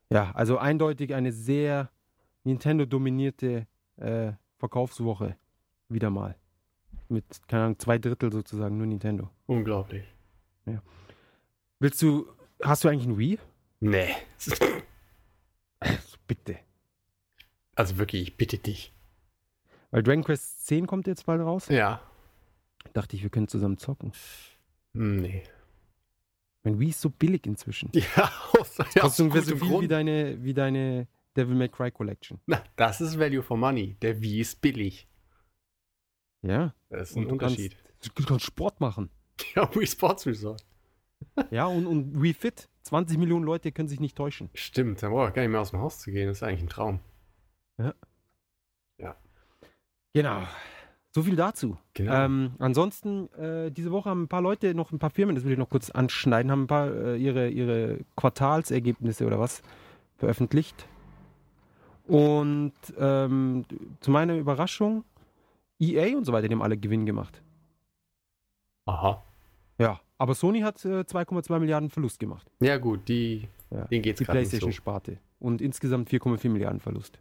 Speaker 1: Ja, also eindeutig eine sehr Nintendo-dominierte äh, Verkaufswoche. Wieder mal. Mit, keine Ahnung, zwei Drittel sozusagen, nur Nintendo.
Speaker 2: Unglaublich.
Speaker 1: Willst du, hast du eigentlich ein Wii?
Speaker 2: Nee.
Speaker 1: Bitte.
Speaker 2: Also wirklich, ich bitte dich.
Speaker 1: Weil Dragon Quest 10 kommt jetzt bald raus.
Speaker 2: Ja.
Speaker 1: Dachte ich, wir können zusammen zocken.
Speaker 2: Hm, Nee.
Speaker 1: Mein Wii ist so billig inzwischen.
Speaker 2: Ja, aus, ja,
Speaker 1: Kostet ungefähr so viel wie deine, wie deine Devil May Cry Collection.
Speaker 2: Na, das ist Value for Money. Der Wie ist billig.
Speaker 1: Ja.
Speaker 2: Das ist
Speaker 1: Und
Speaker 2: ein
Speaker 1: du kannst-
Speaker 2: Unterschied.
Speaker 1: Du kannst Sport machen.
Speaker 2: Ja, Wii Sports Resort.
Speaker 1: Ja, und, und Wii Fit. 20 Millionen Leute können sich nicht täuschen.
Speaker 2: Stimmt, da brauche ich gar nicht mehr aus dem Haus zu gehen. Das ist eigentlich ein Traum.
Speaker 1: Genau. So viel dazu.
Speaker 2: Genau.
Speaker 1: Ähm, ansonsten, äh, diese Woche haben ein paar Leute, noch ein paar Firmen, das will ich noch kurz anschneiden, haben ein paar äh, ihre, ihre Quartalsergebnisse oder was veröffentlicht. Und ähm, zu meiner Überraschung, EA und so weiter, die haben alle Gewinn gemacht.
Speaker 2: Aha.
Speaker 1: Ja, aber Sony hat äh, 2,2 Milliarden Verlust gemacht.
Speaker 2: Ja, gut, die,
Speaker 1: Ja.
Speaker 2: denen geht's
Speaker 1: die
Speaker 2: gerade nicht so.
Speaker 1: PlayStation-Sparte. Und insgesamt 4,4 Milliarden Verlust.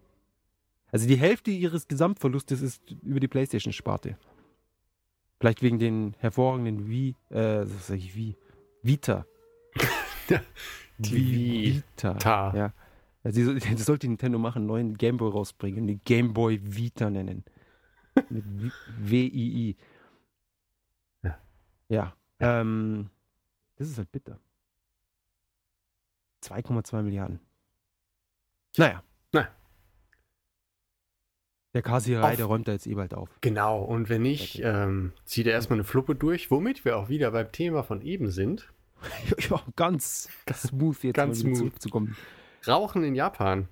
Speaker 1: Also die Hälfte ihres Gesamtverlustes ist über die PlayStation-Sparte. Vielleicht wegen den hervorragenden Wii, äh, was sag ich, Wii, Vita.
Speaker 2: Die
Speaker 1: Vita.
Speaker 2: Ta.
Speaker 1: Ja. Also die, das sollte Nintendo machen, einen neuen Gameboy rausbringen und die Gameboy Vita nennen. Mit W- W-I-I.
Speaker 2: Ja.
Speaker 1: Ja. Ähm, das ist halt bitter. 2,2 Milliarden. Naja.
Speaker 2: Na.
Speaker 1: Der Kasierei,
Speaker 2: Auf-
Speaker 1: der räumt da jetzt eh bald auf.
Speaker 2: Genau, und wenn nicht,
Speaker 1: Okay.
Speaker 2: ähm, zieht er erstmal eine Fluppe durch, womit wir auch wieder beim Thema von eben sind.
Speaker 1: ja, ganz smooth jetzt
Speaker 2: Ganz
Speaker 1: wieder
Speaker 2: smooth.
Speaker 1: zurückzukommen.
Speaker 2: Rauchen in Japan.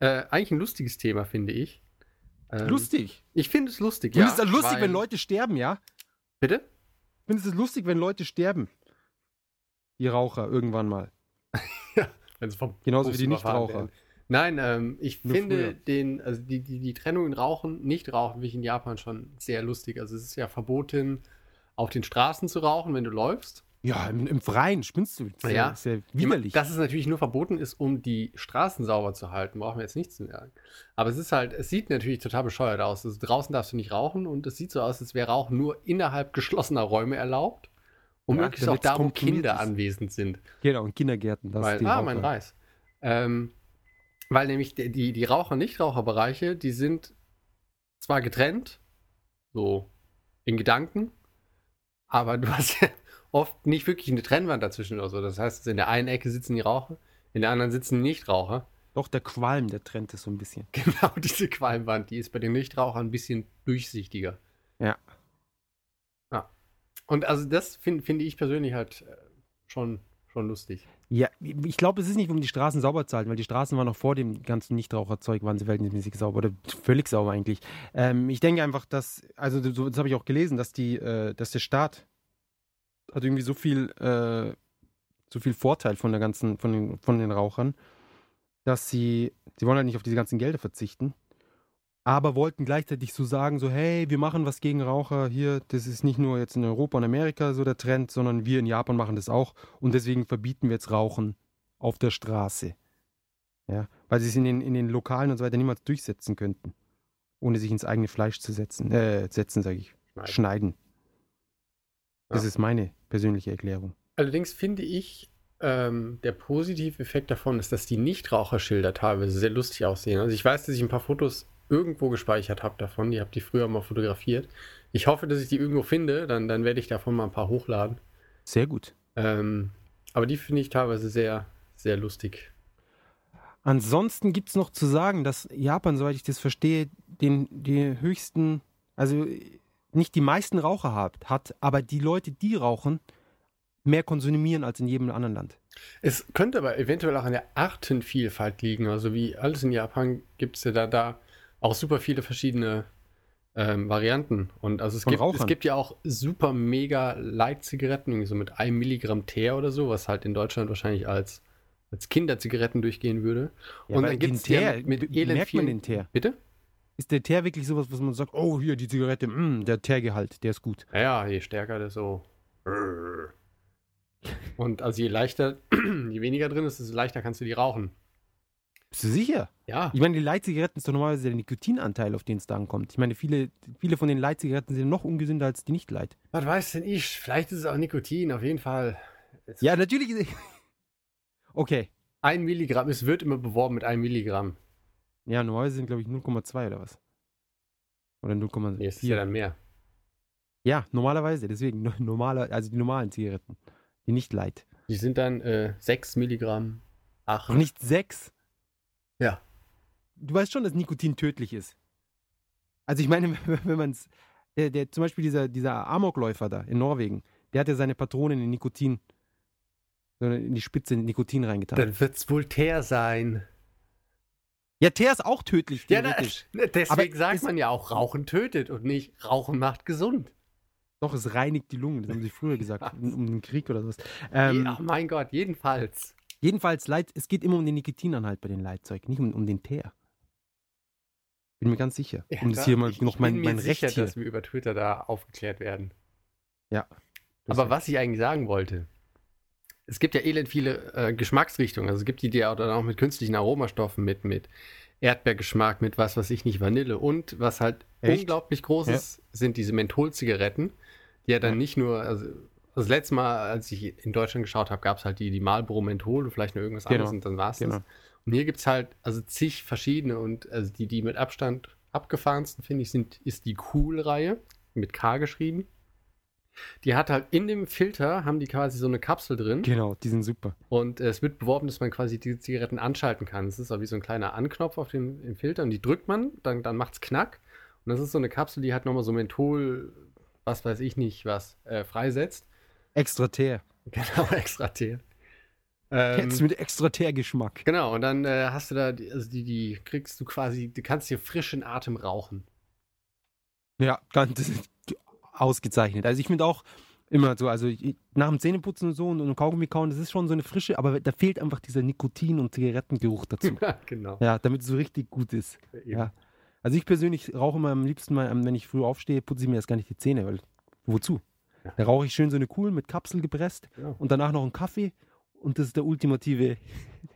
Speaker 2: Äh, eigentlich ein lustiges Thema, finde ich. Ähm,
Speaker 1: Lustig.
Speaker 2: Ich finde es lustig,
Speaker 1: Du
Speaker 2: ja.
Speaker 1: findest es lustig,
Speaker 2: weil-
Speaker 1: wenn Leute sterben, ja?
Speaker 2: Bitte?
Speaker 1: findest es lustig, wenn Leute sterben. Die Raucher irgendwann mal.
Speaker 2: Wenn sie vom
Speaker 1: Genauso
Speaker 2: Bus
Speaker 1: wie die
Speaker 2: überfahren
Speaker 1: Nichtraucher.
Speaker 2: werden. Nein, ähm, ich
Speaker 1: Nur
Speaker 2: finde
Speaker 1: früher.
Speaker 2: den, also die, die, die Trennung in Rauchen, Nichtrauchen finde ich in Japan schon sehr lustig. Also es ist ja verboten, auf den Straßen zu rauchen, wenn du läufst.
Speaker 1: Ja, im, im Freien spinnst du. Das ist
Speaker 2: Ja.
Speaker 1: ist ja widerlich.
Speaker 2: Dass es natürlich nur verboten ist, um die Straßen sauber zu halten, brauchen wir jetzt nichts zu sagen. Aber es ist halt, es sieht natürlich total bescheuert aus. Also draußen darfst du nicht rauchen und es sieht so aus, als wäre Rauchen nur innerhalb geschlossener Räume erlaubt. Und
Speaker 1: Ja,
Speaker 2: möglichst auch
Speaker 1: damit's
Speaker 2: da, wo
Speaker 1: komprimiert
Speaker 2: Kinder
Speaker 1: ist.
Speaker 2: anwesend sind.
Speaker 1: genau, in Kindergärten. Das ist
Speaker 2: Weil,
Speaker 1: die
Speaker 2: ah, mein
Speaker 1: Raucher.
Speaker 2: Reis. Ähm, weil nämlich die, die, die Raucher- und Nichtraucherbereiche, die sind zwar getrennt, so in Gedanken, aber du hast ja oft nicht wirklich eine Trennwand dazwischen oder so. Das heißt, in der einen Ecke sitzen die Raucher, in der anderen sitzen die Nichtraucher.
Speaker 1: Doch der Qualm, der trennt es so ein bisschen.
Speaker 2: Genau diese Qualmwand, die ist bei den Nichtrauchern ein bisschen durchsichtiger.
Speaker 1: Ja.
Speaker 2: Ja. Und also das finde find ich persönlich halt äh, schon, schon lustig.
Speaker 1: Ja, ich glaube, es ist nicht, um die Straßen sauber zu halten, weil die Straßen waren noch vor dem ganzen Nichtraucherzeug, waren sie verhältnismäßig sauber oder völlig sauber eigentlich. Ähm, ich denke einfach, dass, also so- das habe ich auch gelesen, dass die, äh, dass der Staat hat irgendwie so viel, äh, so viel Vorteil von der ganzen, von den, von den Rauchern, dass sie, sie wollen halt nicht auf diese ganzen Gelder verzichten, aber wollten gleichzeitig so sagen, so hey, wir machen was gegen Raucher hier, das ist nicht nur jetzt in Europa und Amerika so der Trend, sondern wir in Japan machen das auch und deswegen verbieten wir jetzt Rauchen auf der Straße. Ja, weil sie es in den, in den Lokalen und so weiter niemals durchsetzen könnten, ohne sich ins eigene Fleisch zu setzen, äh, setzen sage ich,
Speaker 2: Schneiden.
Speaker 1: schneiden. Das
Speaker 2: Ja.
Speaker 1: ist meine persönliche Erklärung.
Speaker 2: Allerdings finde ich, ähm, der positive Effekt davon ist, dass die Nichtraucherschilder teilweise sehr lustig aussehen. Also ich weiß, dass ich ein paar Fotos irgendwo gespeichert habe davon. Die habe die früher mal fotografiert. Ich hoffe, dass ich die irgendwo finde. Dann, dann werde ich davon mal ein paar hochladen.
Speaker 1: Sehr gut.
Speaker 2: Ähm, aber die finde ich teilweise sehr, sehr lustig.
Speaker 1: Ansonsten gibt es noch zu sagen, dass Japan, soweit ich das verstehe, den, die höchsten, also äh, nicht die meisten Raucher hat, hat, aber die Leute, die rauchen, mehr konsumieren als in jedem anderen Land.
Speaker 2: Es könnte aber eventuell auch an der Artenvielfalt liegen. Also wie alles in Japan gibt es ja da, da auch super viele verschiedene ähm, Varianten. Und also es
Speaker 1: Von
Speaker 2: gibt, es
Speaker 1: Rauchern.
Speaker 2: gibt ja auch super mega Light-Zigaretten, irgendwie so mit einem Milligramm Teer oder so, was halt in Deutschland wahrscheinlich als, als Kinderzigaretten durchgehen würde. Und
Speaker 1: weil
Speaker 2: dann
Speaker 1: den
Speaker 2: gibt's die ja
Speaker 1: Teer,
Speaker 2: mit- mit
Speaker 1: be-
Speaker 2: elend
Speaker 1: merkt man
Speaker 2: vielen-
Speaker 1: den Teer?
Speaker 2: Bitte?
Speaker 1: Ist der Teer wirklich sowas, was man sagt, oh, hier die Zigarette, mm, der Teergehalt, der ist gut.
Speaker 2: Naja, je stärker, desto. Und also je leichter, je weniger drin ist, desto leichter kannst du die rauchen.
Speaker 1: Bist du sicher?
Speaker 2: Ja.
Speaker 1: Ich meine, die Leitzigaretten ist doch normalerweise der Nikotinanteil, auf den es da ankommt. Ich meine, viele, viele von den Leitzigaretten sind noch ungesünder als die Nicht-Leit.
Speaker 2: Was weiß denn ich? Vielleicht ist es auch Nikotin, auf jeden Fall. Es-
Speaker 1: Ja, natürlich. ist- Okay.
Speaker 2: Ein Milligramm, es wird immer beworben mit einem Milligramm.
Speaker 1: Ja, normalerweise sind, glaube ich, 0,2 oder was? Oder 0,4.
Speaker 2: Nee, es ist ja dann mehr.
Speaker 1: ja, normalerweise, deswegen. no- Normale, also die normalen Zigaretten. Die nicht light.
Speaker 2: Die sind dann äh, 6 Milligramm, 8.
Speaker 1: Doch nicht 6.
Speaker 2: Ja.
Speaker 1: Du weißt schon, dass Nikotin tödlich ist. Also ich meine, wenn man es. Der, der, zum Beispiel dieser, dieser Amokläufer da in Norwegen, der hat ja seine Patrone in den Nikotin, sondern in die Spitze in den Nikotin reingetan.
Speaker 2: Dann wird es wohl Teer sein.
Speaker 1: ja, Teer ist auch tödlich,
Speaker 2: Ja, na,
Speaker 1: theoretisch.
Speaker 2: na, deswegen
Speaker 1: Aber
Speaker 2: sagt
Speaker 1: ist-
Speaker 2: man ja auch, Rauchen tötet und nicht Rauchen macht gesund.
Speaker 1: Doch, es reinigt die Lungen, das haben sie früher gesagt, um um den Krieg oder sowas. Ähm,
Speaker 2: ja, mein Gott, jedenfalls.
Speaker 1: Jedenfalls, Leit, es geht immer um den Nikotinanhalt bei den Leitzeug, nicht um, um den Teer. Bin mir ganz sicher.
Speaker 2: Ja,
Speaker 1: um das
Speaker 2: da-
Speaker 1: hier mal
Speaker 2: ich-
Speaker 1: noch
Speaker 2: ich
Speaker 1: mein,
Speaker 2: bin mir
Speaker 1: mein Recht
Speaker 2: sicher,
Speaker 1: hier.
Speaker 2: dass wir über Twitter da aufgeklärt werden.
Speaker 1: das-
Speaker 2: Aber was ich eigentlich sagen wollte, es gibt ja elend viele äh, Geschmacksrichtungen. Also es gibt die, die auch dann auch mit künstlichen Aromastoffen, mit, mit Erdbeergeschmack, mit was weiß ich nicht, Vanille. Und was halt
Speaker 1: Echt?
Speaker 2: unglaublich groß
Speaker 1: Ja.
Speaker 2: ist, sind diese Mentholzigaretten, die ja dann nicht nur, also das letzte Mal, als ich in Deutschland geschaut habe, gab es halt die, die Marlboro Menthol und vielleicht noch irgendwas
Speaker 1: Genau.
Speaker 2: anderes und dann war es
Speaker 1: Genau.
Speaker 2: das. Und hier gibt es halt also zig verschiedene und also die, die mit Abstand abgefahrensten, finde ich, sind, ist die Cool-Reihe, mit K geschrieben. Die hat halt in dem Filter, haben die quasi so eine Kapsel drin
Speaker 1: Genau, die sind super.
Speaker 2: und äh, es wird beworben, dass man quasi die Zigaretten anschalten kann. Es ist auch wie so ein kleiner Anknopf auf dem im Filter und die drückt man, dann, dann macht's Knack. Und das ist so eine Kapsel, die hat nochmal so Menthol, was weiß ich nicht, was äh, freisetzt.
Speaker 1: Extra Teer.
Speaker 2: Genau, extra Tee. Ähm,
Speaker 1: Jetzt mit extra Teergeschmack.
Speaker 2: Genau, und dann äh, hast du da, die, also die, die kriegst du quasi, du kannst hier frischen Atem rauchen.
Speaker 1: Ja, ganz das ist ausgezeichnet. Also ich finde auch immer so, also ich- nach dem Zähneputzen und so und, und Kaugummi kauen, das ist schon so eine frische, aber da fehlt einfach dieser Nikotin- und Zigarettengeruch dazu.
Speaker 2: genau.
Speaker 1: ja, damit es so richtig gut ist.
Speaker 2: eben.
Speaker 1: Ja. Also ich persönlich rauche immer am liebsten mal, ähm, wenn ich früh aufstehe, putze ich mir erst gar nicht die Zähne, weil wozu?
Speaker 2: Ja.
Speaker 1: Da rauche ich schön so eine Kuhl mit Kapsel gepresst
Speaker 2: Genau.
Speaker 1: und danach noch einen Kaffee und das ist der ultimative,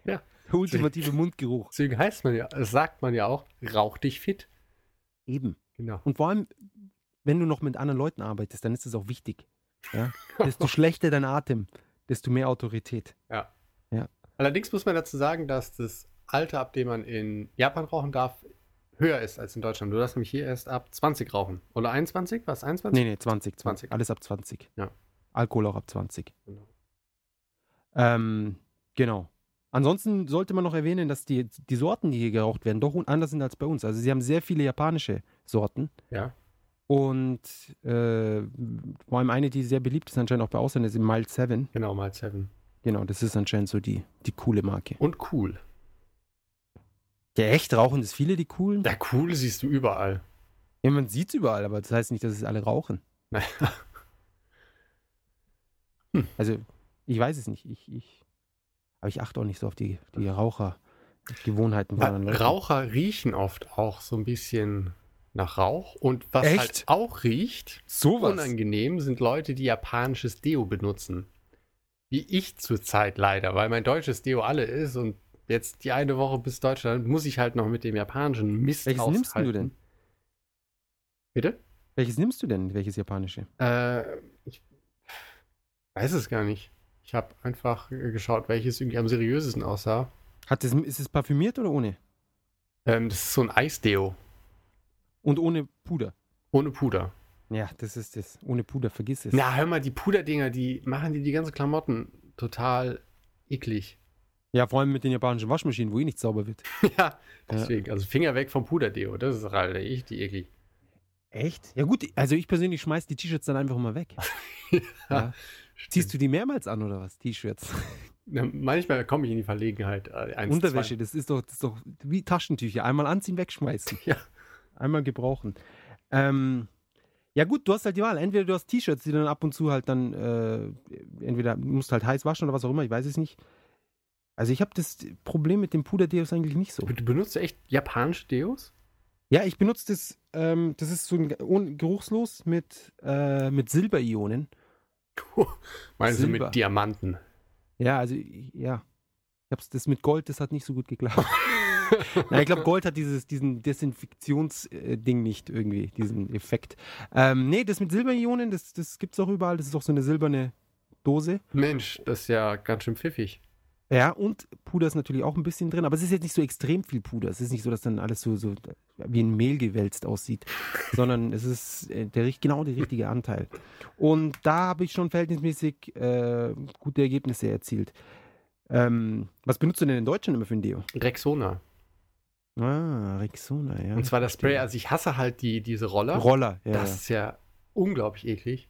Speaker 2: Ja.
Speaker 1: der ultimative Mundgeruch.
Speaker 2: Deswegen heißt man ja, das sagt man ja auch, rauch dich fit.
Speaker 1: Eben.
Speaker 2: Genau.
Speaker 1: Und vor allem, wenn du noch mit anderen Leuten arbeitest, dann ist es auch wichtig. Ja? Desto schlechter dein Atem, desto mehr Autorität.
Speaker 2: Allerdings muss man dazu sagen, dass das Alter, ab dem man in Japan rauchen darf, höher ist als in Deutschland. Du darfst nämlich hier erst ab 20 rauchen. Oder 21? Was? 21?
Speaker 1: Nee, nee, 20, 20.
Speaker 2: 20.
Speaker 1: Alles ab 20.
Speaker 2: Ja.
Speaker 1: Alkohol auch ab 20.
Speaker 2: Genau.
Speaker 1: Ähm, genau. Ansonsten sollte man noch erwähnen, dass die, die Sorten, die hier geraucht werden, doch un- anders sind als bei uns. Also sie haben sehr viele japanische Sorten.
Speaker 2: Ja.
Speaker 1: Und äh, vor allem eine, die sehr beliebt ist anscheinend auch bei Ausländern, ist die Mild 7.
Speaker 2: Genau, mal 7.
Speaker 1: Genau, das ist anscheinend so die, die coole Marke.
Speaker 2: Und cool.
Speaker 1: Ja, echt? Rauchen das viele die coolen?
Speaker 2: Na, cool siehst du überall.
Speaker 1: Ja, man sieht es überall, aber das heißt nicht, dass es alle rauchen.
Speaker 2: Naja.
Speaker 1: Also, ich weiß es nicht. Ich, ich, aber ich achte auch nicht so auf die, die Rauchergewohnheiten von anderen Leuten.
Speaker 2: Raucher riechen oft auch so ein bisschen nach Rauch. Und was
Speaker 1: Echt?
Speaker 2: halt auch riecht,
Speaker 1: Sowas.
Speaker 2: unangenehm, sind Leute, die japanisches Deo benutzen. Wie ich zurzeit leider, weil mein deutsches Deo alle ist und jetzt die eine Woche bis Deutschland muss ich halt noch mit dem japanischen Mist
Speaker 1: Welches
Speaker 2: aushalten.
Speaker 1: nimmst du denn?
Speaker 2: Bitte?
Speaker 1: Welches nimmst du denn? Welches japanische?
Speaker 2: Äh, ich weiß es gar nicht. Ich habe einfach äh, geschaut, welches irgendwie am seriösesten aussah.
Speaker 1: Hat es, ist es parfümiert oder ohne?
Speaker 2: Ähm, das ist so ein Eisdeo.
Speaker 1: Und ohne Puder.
Speaker 2: Ohne Puder.
Speaker 1: Ja, das ist das. Ohne Puder, vergiss es.
Speaker 2: Na, hör mal, die Puderdinger, die machen dir die ganzen Klamotten total eklig.
Speaker 1: Ja, vor allem mit den japanischen Waschmaschinen, wo eh nichts sauber wird.
Speaker 2: ja, deswegen. Also Finger weg vom Puderdeo. Das ist halt echt die eklig.
Speaker 1: Echt? Ja gut, also ich persönlich schmeiß die T-Shirts dann einfach mal weg. ja. Ziehst du die mehrmals an oder was? T-Shirts.
Speaker 2: Na, manchmal komme ich in die Verlegenheit. äh, eins,
Speaker 1: Unterwäsche, das ist, doch, das ist doch wie Taschentücher. Einmal anziehen, wegschmeißen.
Speaker 2: Ja.
Speaker 1: Einmal gebrauchen. Ähm, ja gut, du hast halt die Wahl. Entweder du hast T-Shirts, die du dann ab und zu halt dann, äh, entweder musst du halt heiß waschen oder was auch immer, ich weiß es nicht. Also ich habe das Problem mit dem Puderdeos eigentlich nicht so.
Speaker 2: Zwei. Du benutzt echt japanische Deos?
Speaker 1: Ja, ich benutze das, ähm, das ist so ein, un- geruchslos mit, äh, mit Silberionen.
Speaker 2: Meinst du
Speaker 1: Silber.
Speaker 2: mit Diamanten?
Speaker 1: Ja, also, ich- ja. Ich hab's, das mit Gold, das hat nicht so gut geklappt. Nein, ich glaube, Gold hat dieses, diesen Desinfektionsding nicht irgendwie, diesen Effekt. Ähm, nee, das mit Silberionen, das, das gibt's auch überall. Das ist auch so eine silberne Dose.
Speaker 2: Mensch, das ist ja ganz schön pfiffig.
Speaker 1: Ja, und Puder ist natürlich auch ein bisschen drin, aber es ist jetzt nicht so extrem viel Puder. Es ist nicht so, dass dann alles so, so wie ein Mehl gewälzt aussieht, sondern es ist äh, der, richt- genau der richtige Anteil. Und da habe ich schon verhältnismäßig äh, gute Ergebnisse erzielt. Ähm, was benutzt du denn in Deutschland immer für ein Deo?
Speaker 2: Rexona.
Speaker 1: Ah, Rexona, ja.
Speaker 2: Und zwar das Spray. Also ich hasse halt die, diese Roller.
Speaker 1: Roller, ja.
Speaker 2: Das
Speaker 1: ja.
Speaker 2: ist ja unglaublich eklig.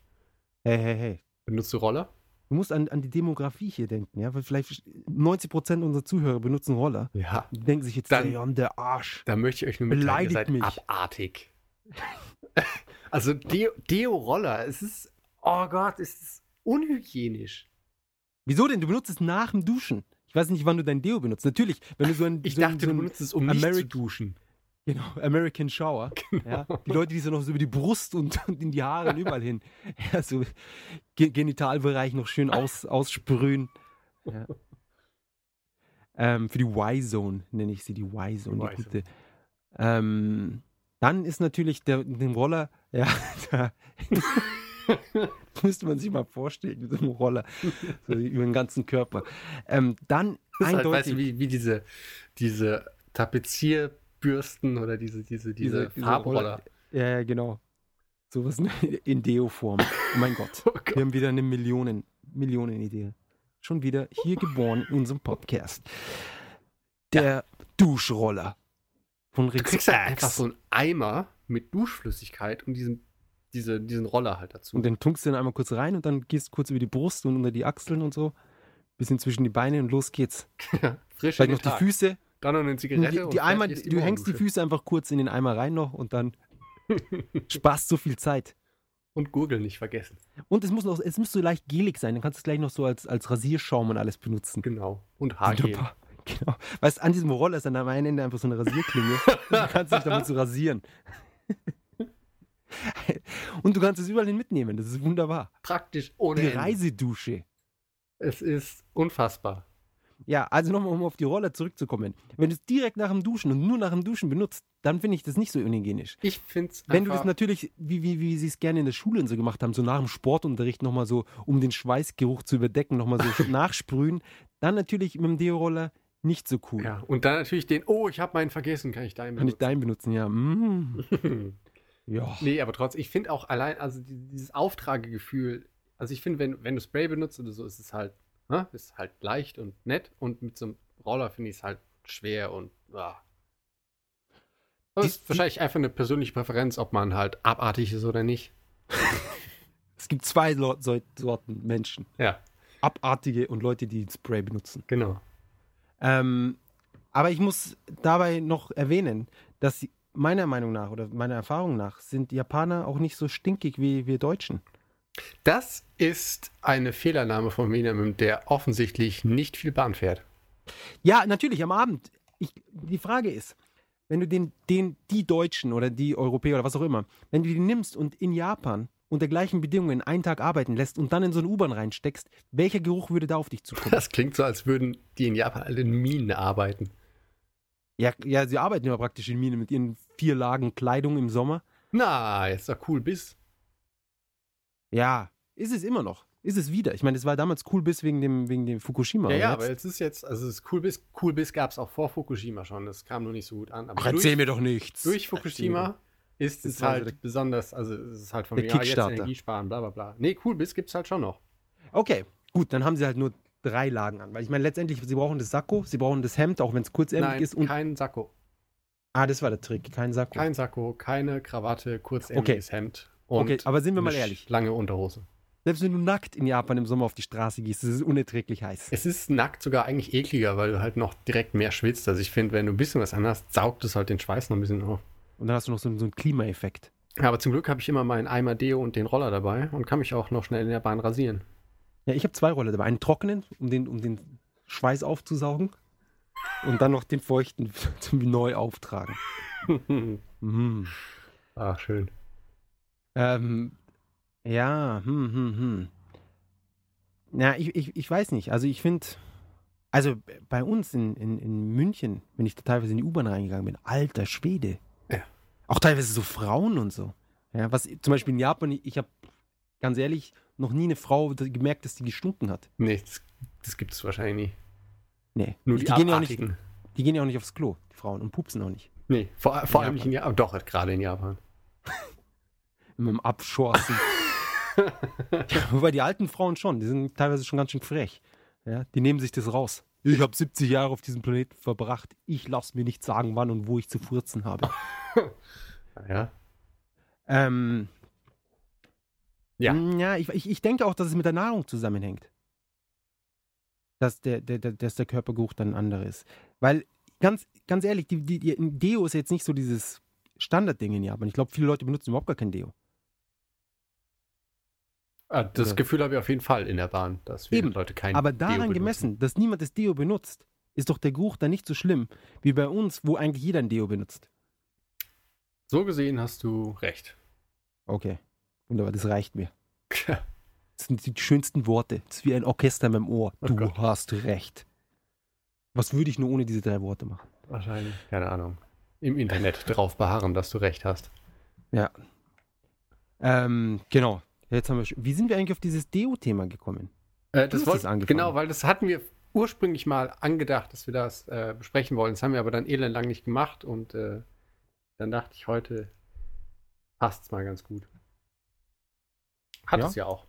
Speaker 1: Hey, hey, hey.
Speaker 2: Benutzt du Roller?
Speaker 1: Du musst an, an die Demografie hier denken, ja, weil vielleicht 90% unserer Zuhörer benutzen Roller.
Speaker 2: Ja.
Speaker 1: Die denken sich jetzt,
Speaker 2: Dann-
Speaker 1: Leon, der Arsch.
Speaker 2: Da möchte ich euch nur mitteilen, ihr
Speaker 1: Beleidigt
Speaker 2: seid
Speaker 1: mich.
Speaker 2: abartig. also Deo- Deo-Roller, es ist, oh Gott, es ist unhygienisch.
Speaker 1: Wieso denn? Du benutzt es nach dem Duschen. Ich weiß nicht, wann du dein Deo benutzt. Natürlich, wenn du so ein,
Speaker 2: Ich
Speaker 1: so ein,
Speaker 2: dachte,
Speaker 1: so
Speaker 2: du
Speaker 1: ein
Speaker 2: benutzt es, um nicht zu
Speaker 1: American-
Speaker 2: duschen.
Speaker 1: genau, American Shower.
Speaker 2: Genau.
Speaker 1: Ja, die Leute, die so noch so über die Brust und, und in die Haare und überall hin. Ja, so Ge Genitalbereich noch schön aus, aussprühen. Ja. Ähm, für die Y-Zone nenne ich sie, die Y-Zone, die
Speaker 2: Y-Zone.
Speaker 1: gute. Ähm, dann ist natürlich der mit dem Roller, ja, da müsste man sich mal vorstellen, mit so einem Roller, so über den ganzen Körper. Ähm, dann
Speaker 2: Das ist halt,
Speaker 1: eindeutig.
Speaker 2: weißt du, wie, wie diese, diese Tapezierbürsten oder diese, diese, diese, Farbroller.
Speaker 1: Ja, ja, genau. Sowas in- in Deo-Form. Oh mein Gott.
Speaker 2: Oh Gott.
Speaker 1: Wir haben wieder eine Millionen, Millionen-Idee. Schon wieder hier geboren in unserem Podcast. Der Duschroller von
Speaker 2: Du
Speaker 1: Rick
Speaker 2: kriegst halt einfach so
Speaker 1: Sachs.
Speaker 2: einen Eimer mit Duschflüssigkeit und diesen, diese, diesen Roller halt dazu.
Speaker 1: Und dann tunkst du den einmal kurz rein und dann gehst du kurz über die Brust und unter die Achseln und so. Bisschen zwischen die Beine und los geht's.
Speaker 2: frisch in
Speaker 1: Vielleicht
Speaker 2: den
Speaker 1: halt noch die
Speaker 2: Tag.
Speaker 1: Füße.
Speaker 2: Dann noch eine
Speaker 1: Die,
Speaker 2: Zigarette. und
Speaker 1: die Eimer,
Speaker 2: fertig ist
Speaker 1: du hängst die
Speaker 2: Morgendusche.
Speaker 1: Füße einfach kurz in den Eimer rein noch und dann sparst so viel Zeit.
Speaker 2: Und Gurgel nicht vergessen.
Speaker 1: Und es muss noch, es muss so leicht gelig sein. Dann kannst du es gleich noch so als, als Rasierschaum und alles benutzen.
Speaker 2: Genau. Und Haargel.
Speaker 1: Wunderbar. Genau. Weißt du, an diesem Roller ist dann am einen Ende einfach so eine Rasierklinge. und du kannst dich damit so rasieren. und du kannst es überall hin mitnehmen. Das ist wunderbar.
Speaker 2: Praktisch ohne
Speaker 1: Die
Speaker 2: Ende.
Speaker 1: Reisedusche.
Speaker 2: Es ist unfassbar.
Speaker 1: Ja, also nochmal, um auf die Roller zurückzukommen. Wenn du es direkt nach dem Duschen und nur nach dem Duschen benutzt, dann finde ich das nicht so unhygienisch.
Speaker 2: Ich finde es
Speaker 1: Wenn du das natürlich, wie, wie, wie sie es gerne in der Schule und so gemacht haben, so nach dem Sportunterricht nochmal so, um den Schweißgeruch zu überdecken, nochmal so nachsprühen, dann natürlich mit dem Deo-Roller Nicht so cool.
Speaker 2: Ja, und dann natürlich den, oh, ich habe meinen vergessen, kann ich deinen
Speaker 1: Kann ich deinen benutzen, ja. Mm.
Speaker 2: benutzen.
Speaker 1: Ja.
Speaker 2: nee, aber trotzdem, ich finde auch allein, also die- dieses Auftragegefühl, also ich finde, wenn, wenn du Spray benutzt oder so, ist es halt, ne, ist halt leicht und nett und mit so einem Roller finde ich es halt schwer und, ah. Aber es
Speaker 1: Die-
Speaker 2: ist wahrscheinlich einfach eine persönliche Präferenz, ob man halt abartig ist oder nicht.
Speaker 1: Es gibt zwei Lo- Sor- Sorten Menschen.
Speaker 2: Ja,
Speaker 1: Abartige und Leute, die Spray benutzen.
Speaker 2: genau.
Speaker 1: Ähm, aber ich muss dabei noch erwähnen, dass sie- meiner Meinung nach oder meiner Erfahrung nach sind Japaner auch nicht so stinkig wie wir Deutschen.
Speaker 2: Das ist eine Fehlernahme von Benjamin, der offensichtlich nicht viel Bahn fährt.
Speaker 1: Ja, natürlich, am Abend. Ich, die Frage ist, wenn du den, den, die Deutschen oder die Europäer oder was auch immer, wenn du die nimmst und in Japan unter gleichen Bedingungen einen Tag arbeiten lässt und dann in so eine U-Bahn reinsteckst, welcher Geruch würde da auf dich zukommen?
Speaker 2: Das klingt so, als würden die in Japan alle in Minen arbeiten.
Speaker 1: ja, ja, sie arbeiten ja praktisch in Mine mit ihren vier Lagen Kleidung im Sommer.
Speaker 2: Na, jetzt doch cool bis.
Speaker 1: Ja, ist es immer noch. Ist es wieder. Ich meine, es war damals cool bis wegen dem, wegen dem Fukushima.
Speaker 2: Ja, ja,
Speaker 1: jetzt-
Speaker 2: aber jetzt ist jetzt, also es ist cool bis, cool bis gab es auch vor Fukushima schon, das kam nur nicht so gut an. Aber
Speaker 1: Ach,
Speaker 2: durch,
Speaker 1: erzähl mir doch nichts.
Speaker 2: durch Fukushima ist
Speaker 1: Das
Speaker 2: es
Speaker 1: war so
Speaker 2: halt
Speaker 1: der-
Speaker 2: besonders, also es ist halt von
Speaker 1: der
Speaker 2: wegen, ah, jetzt
Speaker 1: Kickstarter.
Speaker 2: Energie sparen, bla bla bla. Nee, cool bis gibt's halt schon noch.
Speaker 1: Okay, gut, dann haben sie halt nur drei Lagen an. Weil ich meine, letztendlich, sie brauchen das Sakko, sie brauchen das Hemd, auch wenn es kurzärmlich
Speaker 2: Nein,
Speaker 1: ist. Und,
Speaker 2: kein Sakko.
Speaker 1: ah, das war der Trick, kein Sakko.
Speaker 2: Kein Sakko, keine Krawatte, kurzärmeliges Hemd. Und
Speaker 1: Okay, aber sind wir mal
Speaker 2: eine
Speaker 1: ehrlich.
Speaker 2: Lange Unterhose.
Speaker 1: Selbst wenn du nackt in Japan im Sommer auf die Straße gehst, ist es unerträglich heiß.
Speaker 2: Es ist nackt sogar eigentlich ekliger, weil du halt noch direkt mehr schwitzt. Also ich finde, wenn du ein bisschen was anhast, saugt es halt den Schweiß noch ein bisschen auf.
Speaker 1: Und dann hast du noch so, einen- so einen Klimaeffekt.
Speaker 2: Aber zum Glück habe ich immer meinen Eimer Deo und den Roller dabei und kann mich auch noch schnell in der Bahn rasieren.
Speaker 1: Ja, ich habe zwei Roller dabei. Einen trockenen, um den, um den Schweiß aufzusaugen. Und dann noch den feuchten zum neu auftragen. Mm.
Speaker 2: Ach, Ah, schön.
Speaker 1: Ähm, ja, hm, hm, hm. Ja, ich, ich, ich weiß nicht. Also ich finde, also b- bei uns in, in, in München, wenn ich da teilweise in die U-Bahn reingegangen bin, alter Schwede.
Speaker 2: Ja.
Speaker 1: Auch teilweise so Frauen und so. Ja, was zum Beispiel in Japan, ich habe ganz ehrlich noch nie eine Frau d- gemerkt, dass die gestunken hat.
Speaker 2: Nee, das, das gibt es wahrscheinlich nie.
Speaker 1: Nee.
Speaker 2: Nur die,
Speaker 1: gehen ja auch nicht,
Speaker 2: Abartigen.
Speaker 1: die gehen ja auch nicht aufs Klo, die Frauen, und pupsen auch nicht.
Speaker 2: Nee, vor, vor
Speaker 1: In
Speaker 2: allem nicht in Japan. Doch, gerade in Japan.
Speaker 1: Mit dem Abschorsen. ja, wobei die alten Frauen schon, die sind teilweise schon ganz schön frech. Ja, die nehmen sich das raus. Ich habe 70 Jahre auf diesem Planeten verbracht. Ich lasse mir nicht sagen, wann und wo ich zu furzen habe.
Speaker 2: Ja.
Speaker 1: ähm,
Speaker 2: Ja.
Speaker 1: m, ja ich, ich, ich denke auch, dass es mit der Nahrung zusammenhängt. Dass der, der, der, dass der Körpergeruch dann andere ist. Weil, ganz, ganz ehrlich, die, die, die, Deo ist jetzt nicht so dieses Standardding in Japan. Ich glaube, viele Leute benutzen überhaupt gar kein Deo.
Speaker 2: Ah, Das
Speaker 1: Ja.
Speaker 2: Gefühl habe ich auf jeden Fall in der Bahn, dass viele
Speaker 1: Eben.
Speaker 2: Leute kein
Speaker 1: Aber
Speaker 2: Deo
Speaker 1: daran
Speaker 2: benutzen.
Speaker 1: gemessen, dass niemand das Deo benutzt, ist doch der Geruch dann nicht so schlimm wie bei uns, wo eigentlich jeder ein Deo benutzt.
Speaker 2: So gesehen hast du recht.
Speaker 1: Okay, wunderbar, das reicht mir. Das sind die schönsten Worte. Das ist wie ein Orchester mit dem Ohr.
Speaker 2: Oh
Speaker 1: Du
Speaker 2: Gott.
Speaker 1: hast recht. Was würde ich nur ohne diese drei Worte machen?
Speaker 2: Wahrscheinlich. Keine Ahnung. Im Internet drauf beharren, dass du recht hast.
Speaker 1: Ähm, genau. Jetzt haben wir. sch- Wie sind wir eigentlich auf dieses Deo-Thema gekommen?
Speaker 2: Äh,
Speaker 1: Du
Speaker 2: das
Speaker 1: hast
Speaker 2: wollt,
Speaker 1: es angefangen.
Speaker 2: genau, weil das hatten wir ursprünglich mal angedacht, dass wir das äh, besprechen wollen. Das haben wir aber dann elendlang nicht gemacht und äh, dann dachte ich, heute passt es mal ganz gut. Hat
Speaker 1: Ja.
Speaker 2: es ja auch.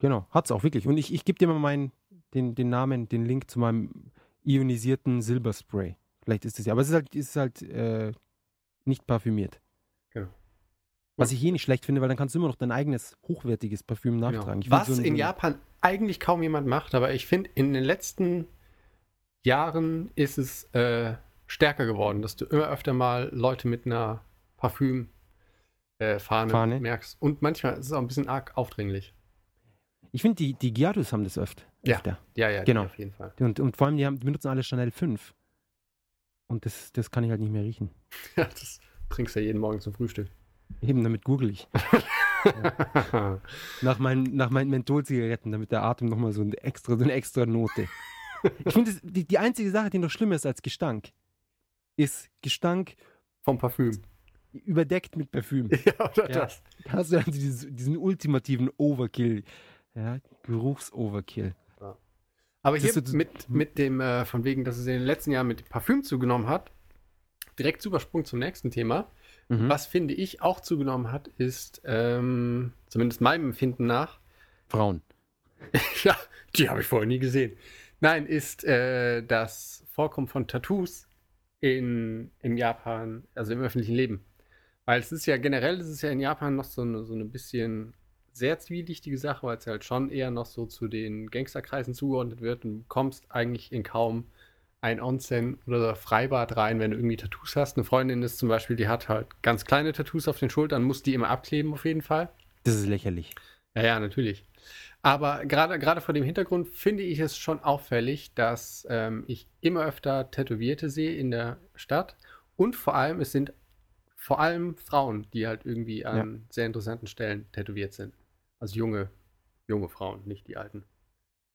Speaker 1: Genau, hat's auch wirklich. Und ich, ich gebe dir mal meinen, den, den Namen, den Link zu meinem ionisierten Silberspray. Vielleicht ist es ja, aber es ist halt, ist halt äh, nicht parfümiert.
Speaker 2: Genau.
Speaker 1: Was ich eh nicht schlecht finde, weil dann kannst du immer noch dein eigenes hochwertiges Parfüm nachtragen. Ich
Speaker 2: Genau.
Speaker 1: find
Speaker 2: Was
Speaker 1: so ein- so
Speaker 2: in
Speaker 1: ein-
Speaker 2: Japan eigentlich kaum jemand macht, aber ich finde, in den letzten Jahren ist es äh, stärker geworden, dass du immer öfter mal Leute mit einer Parfüm äh, Fahne,
Speaker 1: Fahne.
Speaker 2: merkst. Und manchmal ist es auch ein bisschen arg aufdringlich.
Speaker 1: Ich finde, die, die Gyarus haben das öfter.
Speaker 2: Ja.
Speaker 1: öfter.
Speaker 2: Ja, ja, die
Speaker 1: Genau.
Speaker 2: auf jeden Fall.
Speaker 1: Und, und vor allem, die, haben, die benutzen alle Chanel 5. Und das, das kann ich halt nicht mehr riechen.
Speaker 2: Ja, das trinkst du ja jeden Morgen zum Frühstück.
Speaker 1: Eben, damit google ich. Nach meinen, nach meinen Menthol-Zigaretten, damit der Atem nochmal so, ein extra- so eine extra Note. ich finde, das- die, die einzige Sache, die noch schlimmer ist als Gestank, ist Gestank
Speaker 2: Vom Parfüm.
Speaker 1: überdeckt mit Parfüm.
Speaker 2: Ja, oder
Speaker 1: Ja.
Speaker 2: das.
Speaker 1: Da hast du also dann dieses, diesen ultimativen Overkill. Ja, Geruchs-Overkill.
Speaker 2: Aber hier
Speaker 1: Das ist-
Speaker 2: mit, mit dem, äh, von wegen, dass es in den letzten Jahren mit Parfüm zugenommen hat, direkt Supersprung zum nächsten Thema.
Speaker 1: Mhm.
Speaker 2: Was finde ich auch zugenommen hat, ist, ähm, zumindest meinem Empfinden nach,
Speaker 1: Frauen.
Speaker 2: ja, die habe ich vorher nie gesehen. Nein, ist äh, das Vorkommen von Tattoos in, im Japan, also im öffentlichen Leben. Weil es ist ja generell, es ist ja in Japan noch so eine, so eine bisschen sehr zwielichtige Sache, weil es halt schon eher noch so zu den Gangsterkreisen zugeordnet wird und du kommst eigentlich in kaum ein Onsen oder Freibad rein, wenn du irgendwie Tattoos hast. Eine Freundin ist zum Beispiel, die hat halt ganz kleine Tattoos auf den Schultern, muss die immer abkleben auf jeden Fall.
Speaker 1: Das ist lächerlich.
Speaker 2: Ja, ja, natürlich. Aber gerade gerade vor dem Hintergrund finde ich es schon auffällig, dass ähm, ich immer öfter Tätowierte sehe in der Stadt. Und vor allem, es sind vor allem Frauen, die halt irgendwie an sehr interessanten Stellen tätowiert sind. Also junge, junge Frauen, nicht die alten.